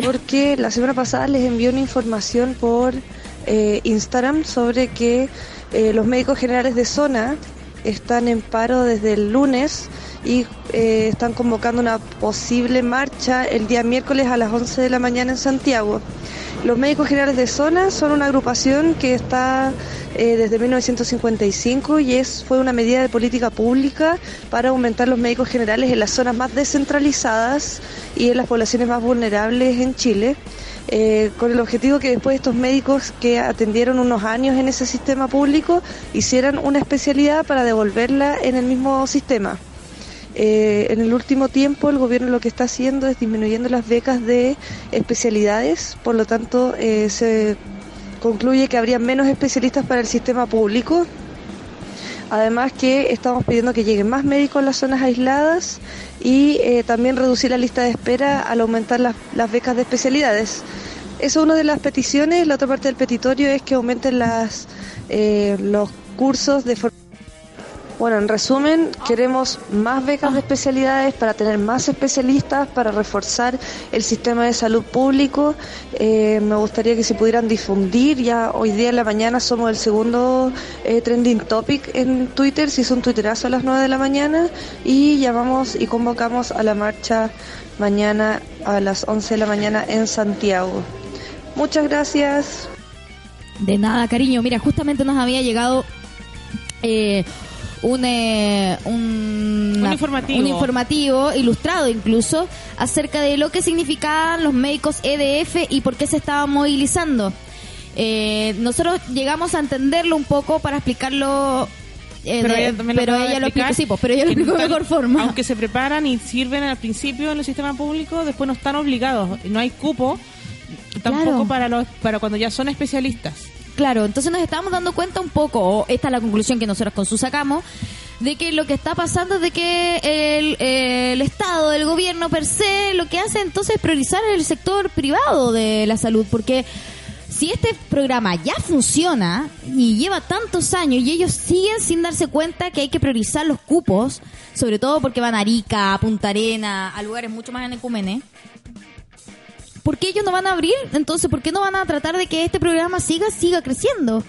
S8: porque la semana pasada les envié una información por eh, Instagram sobre que eh, los médicos generales de zona están en paro desde el lunes y eh, están convocando una posible marcha el día miércoles a las 11 de la mañana en Santiago. Los médicos generales de zona son una agrupación que está eh, desde 1955 y es, fue una medida de política pública para aumentar los médicos generales en las zonas más descentralizadas y en las poblaciones más vulnerables en Chile, eh, con el objetivo que después estos médicos que atendieron unos años en ese sistema público hicieran una especialidad para devolverla en el mismo sistema. Eh, en el último tiempo el gobierno lo que está haciendo es disminuyendo las becas de especialidades, por lo tanto eh, se concluye que habría menos especialistas para el sistema público. Además que estamos pidiendo que lleguen más médicos a las zonas aisladas y eh, también reducir la lista de espera al aumentar las, las becas de especialidades. Eso es una de las peticiones. La otra parte del petitorio es que aumenten las, eh, los cursos de formación. Bueno, en resumen, queremos más becas de especialidades para tener más especialistas, para reforzar el sistema de salud público. Eh, me gustaría que se pudieran difundir. Ya hoy día en la mañana somos el segundo eh, trending topic en Twitter, se hizo un twitterazo a las 9 de la mañana y llamamos y convocamos a la marcha mañana a las 11 de la mañana en Santiago. Muchas gracias.
S3: De nada, cariño. Mira, justamente nos había llegado eh, un, eh, un,
S2: Un informativo.
S3: un informativo ilustrado incluso, acerca de lo que significaban los médicos EDF y por qué se estaban movilizando. Eh, nosotros llegamos a entenderlo un poco para explicarlo, eh,
S2: pero
S3: de-
S2: ella, también lo
S3: pero
S2: acaba de
S3: ella lo
S2: explicar,
S3: explicó, sí, pues, pero ella lo
S2: que no
S3: explicó de
S2: están-
S3: mejor forma.
S2: Aunque se preparan y sirven al principio en el sistema público, después no están obligados. No hay cupo tampoco
S3: Claro.
S2: para los para cuando ya son especialistas.
S3: Claro, entonces nos estamos dando cuenta un poco, o esta es la conclusión que nosotros con su sacamos, de que lo que está pasando es de que el, eh, el Estado, el gobierno per se, lo que hace entonces es priorizar el sector privado de la salud, porque si este programa ya funciona y lleva tantos años y ellos siguen sin darse cuenta que hay que priorizar los cupos, sobre todo porque van a Arica, a Punta Arena, a lugares mucho más en ecumenes, ¿por qué ellos no van a abrir? Entonces, ¿por qué no van a tratar de que este programa siga, siga creciendo?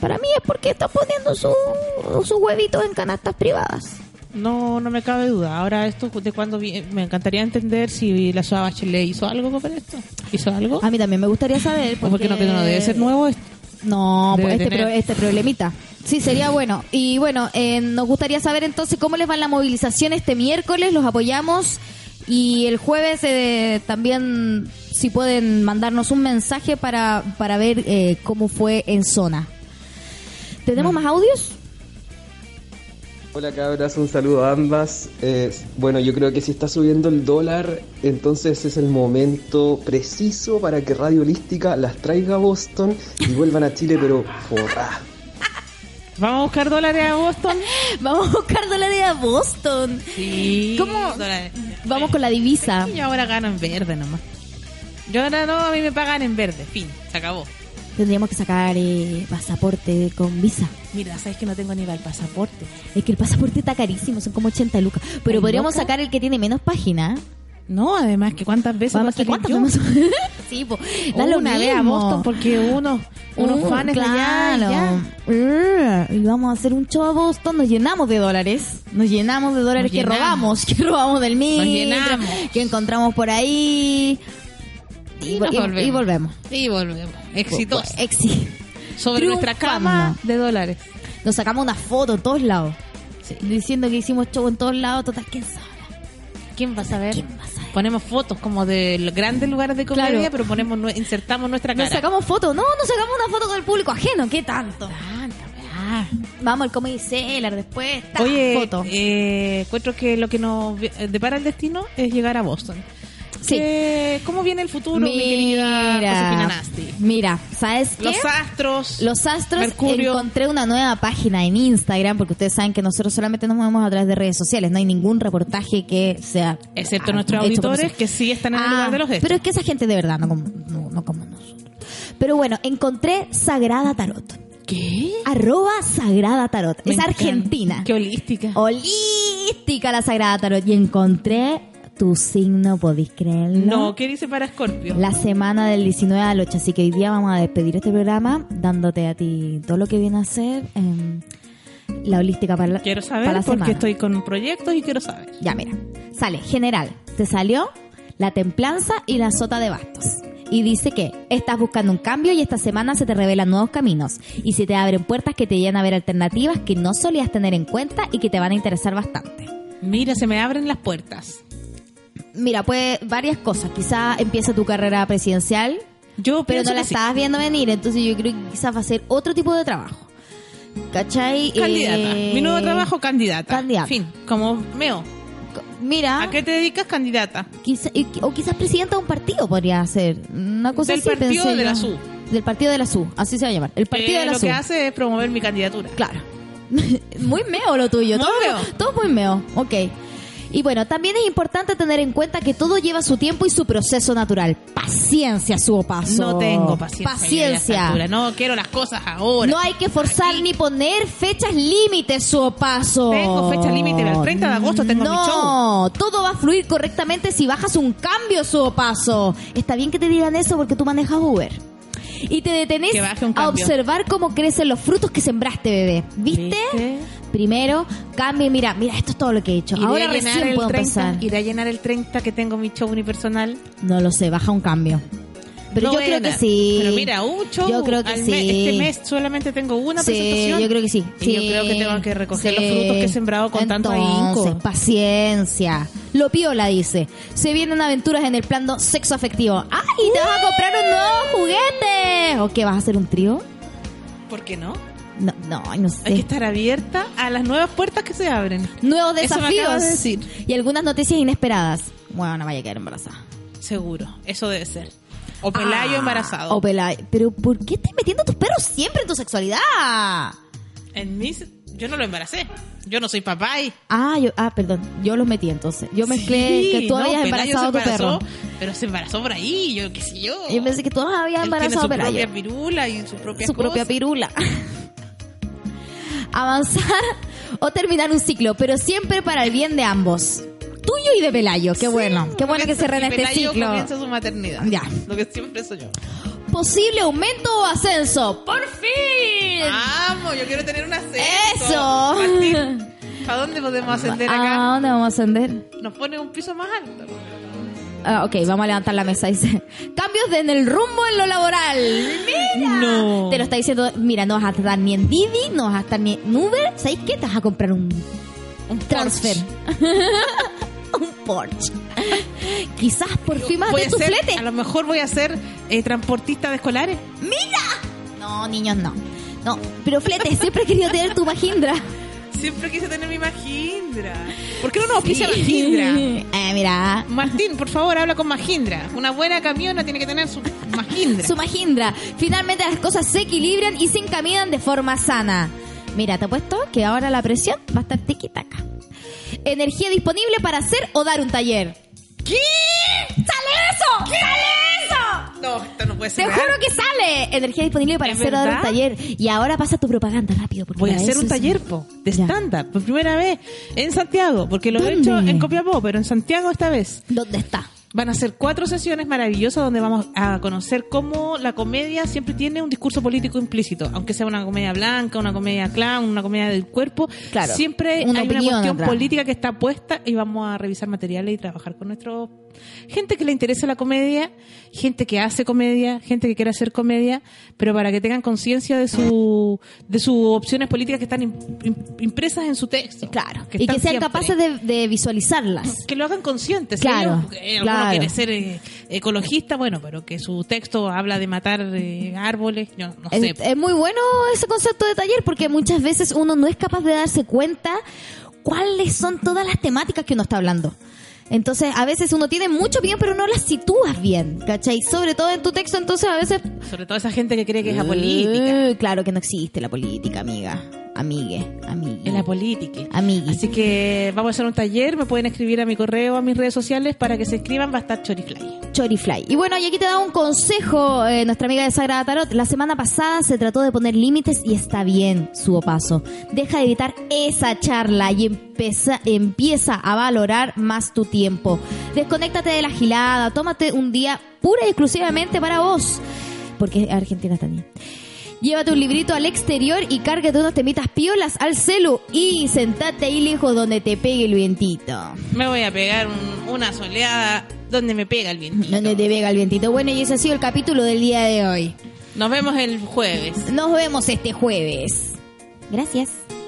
S3: Para mí es porque están poniendo su- sus huevitos en canastas privadas.
S2: No, no me cabe duda. Ahora esto de cuando vi- me encantaría entender si la Soa Bachelet hizo algo con esto. ¿Hizo algo?
S3: A mí también me gustaría saber.
S2: ¿O porque no, que no debe ser nuevo esto?
S3: No,
S2: Debe
S3: pues este,
S2: tener.
S3: pro- este problemita. Sí, sería bueno. Y bueno, eh, nos gustaría saber entonces cómo les va la movilización este miércoles. Los apoyamos. Y el jueves eh, también, si pueden mandarnos un mensaje para, para ver eh,
S2: Mm.
S3: cómo fue en zona. ¿Tenemos más audios?
S9: Hola cabras, un saludo a ambas. Eh, bueno, yo creo que si está subiendo el dólar, entonces es el momento preciso para que Radio Holística las traiga a Boston y vuelvan a Chile, pero forra.
S10: Vamos a buscar dólares a Boston.
S3: Vamos a buscar dólares a Boston.
S2: Sí.
S3: ¿Cómo?
S2: dólares.
S3: Vamos con la divisa.
S2: Yo ahora gano en verde nomás. Yo ahora no, a mí me pagan en verde. Fin, se acabó.
S11: Tendríamos que sacar eh, pasaporte con visa.
S10: Mira, sabes que no tengo ni para el pasaporte.
S11: Es que el pasaporte está carísimo, son como 80 lucas.
S3: Pero podríamos
S11: loca?
S3: sacar el que tiene menos página.
S10: No, además, que cuántas veces va a
S11: Vamos, ¿qué
S10: salir
S11: cuánto
S10: yo?
S11: podemos-
S3: Sí, pues.
S10: Da lo una vez a
S11: mismo.
S10: Boston porque unos, unos
S11: Uh,
S10: fans de allá,
S11: claro.
S10: ya.
S11: Urr,
S3: Y vamos a hacer un show a Boston, nos llenamos de dólares, nos llenamos de
S2: Nos
S3: dólares que
S2: llenamos.
S3: robamos, que robamos del micro,
S2: llenamos.
S3: que encontramos por ahí
S2: Y
S3: vo-
S2: nos volvemos.
S3: y volvemos.
S2: Y volvemos. Exitoso.
S3: Exi-
S2: Sobre nuestra cama de dólares.
S3: Nos sacamos una foto en todos lados, diciendo que hicimos show en todos lados, total, ¿quién sabe?
S2: ¿Quién va a saber?
S3: ¿Quién va a saber?
S2: Ponemos fotos como de los grandes lugares de comedia,
S3: Claro.
S2: pero ponemos nue- insertamos nuestra
S3: Nos
S2: cara.
S3: sacamos fotos, no, nos sacamos una foto con el público ajeno, ¿qué tanto?
S2: Tanta weá.
S3: Vamos al Comedy Cellar después, ta,
S2: Oye,
S3: foto.
S2: eh, encuentro que lo que nos vi- eh, depara el destino es llegar a Boston.
S3: Sí.
S2: Eh, ¿Cómo viene el futuro, mi querida Josefina
S3: Mira,
S2: Nasty?
S3: mira, ¿sabes qué?
S2: Los astros.
S3: Los astros
S2: Mercurio.
S3: encontré una nueva página en Instagram porque ustedes saben que nosotros solamente nos movemos a través de redes sociales, no hay ningún reportaje que sea
S2: Excepto
S3: ah,
S2: nuestros
S3: hecho por
S2: auditores
S3: nosotros.
S2: que sí están en el
S3: Ah,
S2: lugar de los hechos.
S3: Pero es que esa gente de verdad no como, no, no como nosotros. Pero bueno, encontré Sagrada Tarot.
S2: ¿Qué?
S3: Arroba Sagrada Tarot.
S2: Me
S3: es
S2: encanta.
S3: argentina.
S2: Qué holística.
S3: Holística la Sagrada Tarot. Y encontré tu signo, podéis creerlo.
S2: No, ¿qué dice para Scorpio?
S3: La semana del 19 al 8, así que hoy día vamos a despedir este programa dándote a ti todo lo que viene a ser em, la holística para la
S2: Quiero
S3: para
S2: saber
S3: la
S2: porque
S3: semana.
S2: estoy con proyectos y quiero saber.
S3: Ya, mira. Sale, general, te salió la templanza y la sota de bastos. Y dice que estás buscando un cambio y esta semana se te revelan nuevos caminos. Y se te abren puertas que te llevan a ver alternativas que no solías tener en cuenta y que te van a interesar bastante.
S2: Mira, se me abren las puertas.
S3: Mira, pues varias cosas. Quizá empieza tu carrera presidencial,
S2: Yo
S3: pero no
S2: pienso
S3: la
S2: que sí.
S3: estabas viendo venir, entonces yo creo que quizás va a ser otro tipo de trabajo. ¿Cachai?
S2: Candidata.
S3: Eh,
S2: Mi nuevo trabajo, candidata.
S3: Candidata.
S2: Fin, como meo.
S3: co- Mira,
S2: ¿A qué te dedicas, candidata?
S3: quizá- y- o quizás presidenta de un partido podría ser. Una cosa
S2: Del
S3: así,
S2: partido
S3: pensé
S2: de la
S3: yo.
S2: SU.
S3: Del partido de la SU, así se va a llamar. El partido
S2: Eh,
S3: de la
S2: lo
S3: SU.
S2: que hace es promover mi candidatura.
S3: Claro. muy meo lo tuyo.
S2: Muy
S3: todo,
S2: meo.
S3: todo muy meo. Ok. Y bueno, también es importante tener en cuenta que todo lleva su tiempo y su proceso natural. Paciencia, su paso.
S2: No tengo paciencia. ya a esta
S3: Paciencia.
S2: altura. No quiero las cosas ahora.
S3: No hay que forzar ni poner fechas límites, su paso.
S2: Tengo fecha límite, el 30 de agosto tengo mi
S3: No, todo va a fluir correctamente si bajas un cambio, su paso. Está bien que te digan eso porque tú manejas Uber. Y te detenés
S2: Que baje un
S3: a
S2: cambio.
S3: observar cómo crecen los frutos que sembraste, bebé. ¿Viste?
S2: ¿Viste?
S3: Primero, cambia y mira, mira, esto es todo lo que he hecho.
S2: Iré
S3: Ahora
S2: a llenar
S3: recién
S2: el
S3: puedo
S2: 30,
S3: empezar.
S2: Iré a llenar el 30 que tengo mi show unipersonal.
S3: No lo sé, baja un cambio. Pero
S2: No
S3: yo
S2: voy a
S3: creo que
S2: llenar.
S3: sí.
S2: Pero mira, un show.
S3: Yo creo que
S2: al
S3: sí.
S2: mes. Este mes solamente tengo una
S3: Sí,
S2: presentación.
S3: yo creo que sí.
S2: Y
S3: Sí,
S2: yo creo que tengo que recoger
S3: sí.
S2: los frutos que he sembrado con tanto
S3: Entonces,
S2: ahínco.
S3: paciencia. Lo piola dice. Se vienen aventuras en el plano sexo afectivo. ¡Ay! ¡Te vas a comprar un nuevo juguete! ¿O qué? ¿Vas a hacer un trío?
S2: ¿Por qué no?
S3: No, no, ay, no
S2: Hay que
S3: sé.
S2: estar abierta a las nuevas puertas que se abren.
S3: Nuevos
S2: Eso me
S3: desafíos.
S2: acabas de decir.
S3: Y algunas noticias inesperadas. Bueno, no vaya a quedar embarazada.
S2: Seguro, eso debe ser. O pelayo
S3: Ah,
S2: embarazado.
S3: O Pelayo. Pero ¿por qué estás metiendo a tus perros siempre en tu sexualidad?
S2: En mis, yo no lo embaracé. Yo no soy papá y
S3: Ah, yo, ah, perdón. Yo los metí entonces. Yo mezclé
S2: Sí,
S3: que tú
S2: no,
S3: habías
S2: Pelayo se
S3: embarazado a tu perro.
S2: embarazó, Pero se embarazó por ahí, yo qué sé yo.
S3: Yo pensé que tú habías
S2: Él
S3: embarazado a
S2: tiene su
S3: Pelayo.
S2: propia pirula y su propia
S3: su propia pirula. Avanzar o terminar un ciclo, pero siempre para el bien de ambos. Tuyo y de Pelayo. Qué bueno. Qué bueno que se
S2: cierren
S3: rene este ciclo.
S2: comienza su maternidad.
S3: Ya.
S2: Lo que siempre soy yo.
S3: Posible aumento o ascenso. ¡Por fin!
S2: Vamos, yo quiero tener un ascenso.
S3: Eso. ah.
S2: ¿Para dónde podemos ascender
S3: ¿A
S2: acá?
S3: dónde vamos a ascender?
S2: Nos pone un piso más alto.
S3: Ah, ok, vamos a levantar la mesa. Dice: Cambios de en el rumbo en lo laboral. ¡Mira!
S2: No.
S3: Te lo está diciendo: Mira, no vas a estar ni en Didi, no vas a estar ni en Uber. ¿Sabes qué? Te vas a comprar un, un transfer. un Porsche. Quizás por fin más
S2: Voy
S3: de
S2: a
S3: tu
S2: ser-
S3: flete.
S2: A lo mejor voy a ser eh, transportista de escolares.
S3: No, niños, no. No, pero flete, siempre he querido tener tu Mahindra.
S2: Siempre quise tener mi Mahindra. ¿Por qué no nos auspicia Mahindra?
S3: Eh, mira.
S2: Martín, por favor, habla con Mahindra. Una buena camiona tiene que tener su Mahindra.
S3: Su Mahindra. Finalmente las cosas se equilibran y se encaminan de forma sana. Mira, te apuesto que ahora la presión va a estar tiki-taka. Energía disponible para hacer o dar un taller.
S2: ¿Qué?
S3: ¡Sale eso! ¡Sale eso!
S2: No, esto no puede ser.
S3: Te
S2: real.
S3: juro que sale. Energía disponible para
S2: ¿Es
S3: hacer o dar un
S2: verdad?
S3: taller. Y ahora pasa tu propaganda rápido. porque
S2: Voy a
S3: para
S2: hacer
S3: eso
S2: un
S3: es-
S2: taller po, de
S3: Ya.
S2: stand-up por primera vez en Santiago, porque lo he
S3: ¿Dónde?
S2: hecho en Copiapó, pero en Santiago esta vez.
S3: ¿Dónde está?
S2: Van a ser cuatro sesiones maravillosas donde vamos a conocer cómo la comedia siempre tiene un discurso político implícito, aunque sea una comedia blanca, una comedia clown, una comedia del cuerpo,
S3: Claro,
S2: siempre
S3: una
S2: hay una
S3: opinión
S2: cuestión
S3: atrás.
S2: política que está puesta y vamos a revisar materiales y trabajar con nuestro gente que le interesa la comedia, gente que hace comedia, gente que quiere hacer comedia, pero para que tengan conciencia de su de sus opciones políticas que están im- im- impresas en su texto.
S3: Claro.
S2: que
S3: y
S2: están
S3: que sean
S2: siempre
S3: capaces de, de visualizarlas.
S2: que lo hagan conscientes.
S3: Claro,
S2: si ellos, eh, alguno
S3: claro.
S2: quiere ser eh, ecologista, bueno, pero que su texto habla de matar eh, árboles, yo no
S3: Es,
S2: sé.
S3: es muy bueno ese concepto de taller porque muchas veces uno no es capaz de darse cuenta cuáles son todas las temáticas que uno está hablando. Entonces, a veces uno tiene mucho bien, pero no las sitúas bien, ¿cachai? Sobre todo en tu texto, entonces a veces...
S2: Sobre todo esa gente que cree que es apolítica.
S3: Eh, claro que no existe la política, amiga. Amigue, amigue.
S2: Es la política.
S3: Amigui.
S2: Así que vamos a hacer un taller, me pueden escribir a mi correo, a mis redes sociales, para que se escriban, va a estar Chorifly.
S3: Chorifly. Y bueno, y aquí te da un consejo eh, nuestra amiga de Sagrada Tarot. La semana pasada se trató de poner límites y está bien su opaso. Deja de evitar esa charla y empieza, empieza a valorar más tu tiempo. Desconéctate de la gilada, tómate un día pura y exclusivamente para vos. Porque Argentina también. Llévate un librito al exterior y cárgate unos temitas piolas al celu y sentate ahí lejos donde te pegue el vientito.
S2: Me voy a pegar un- una soleada donde me pega el vientito.
S3: Donde te pega el vientito. Bueno, y ese ha sido el capítulo del día de hoy.
S2: Nos vemos el jueves.
S3: Nos vemos este jueves. Gracias.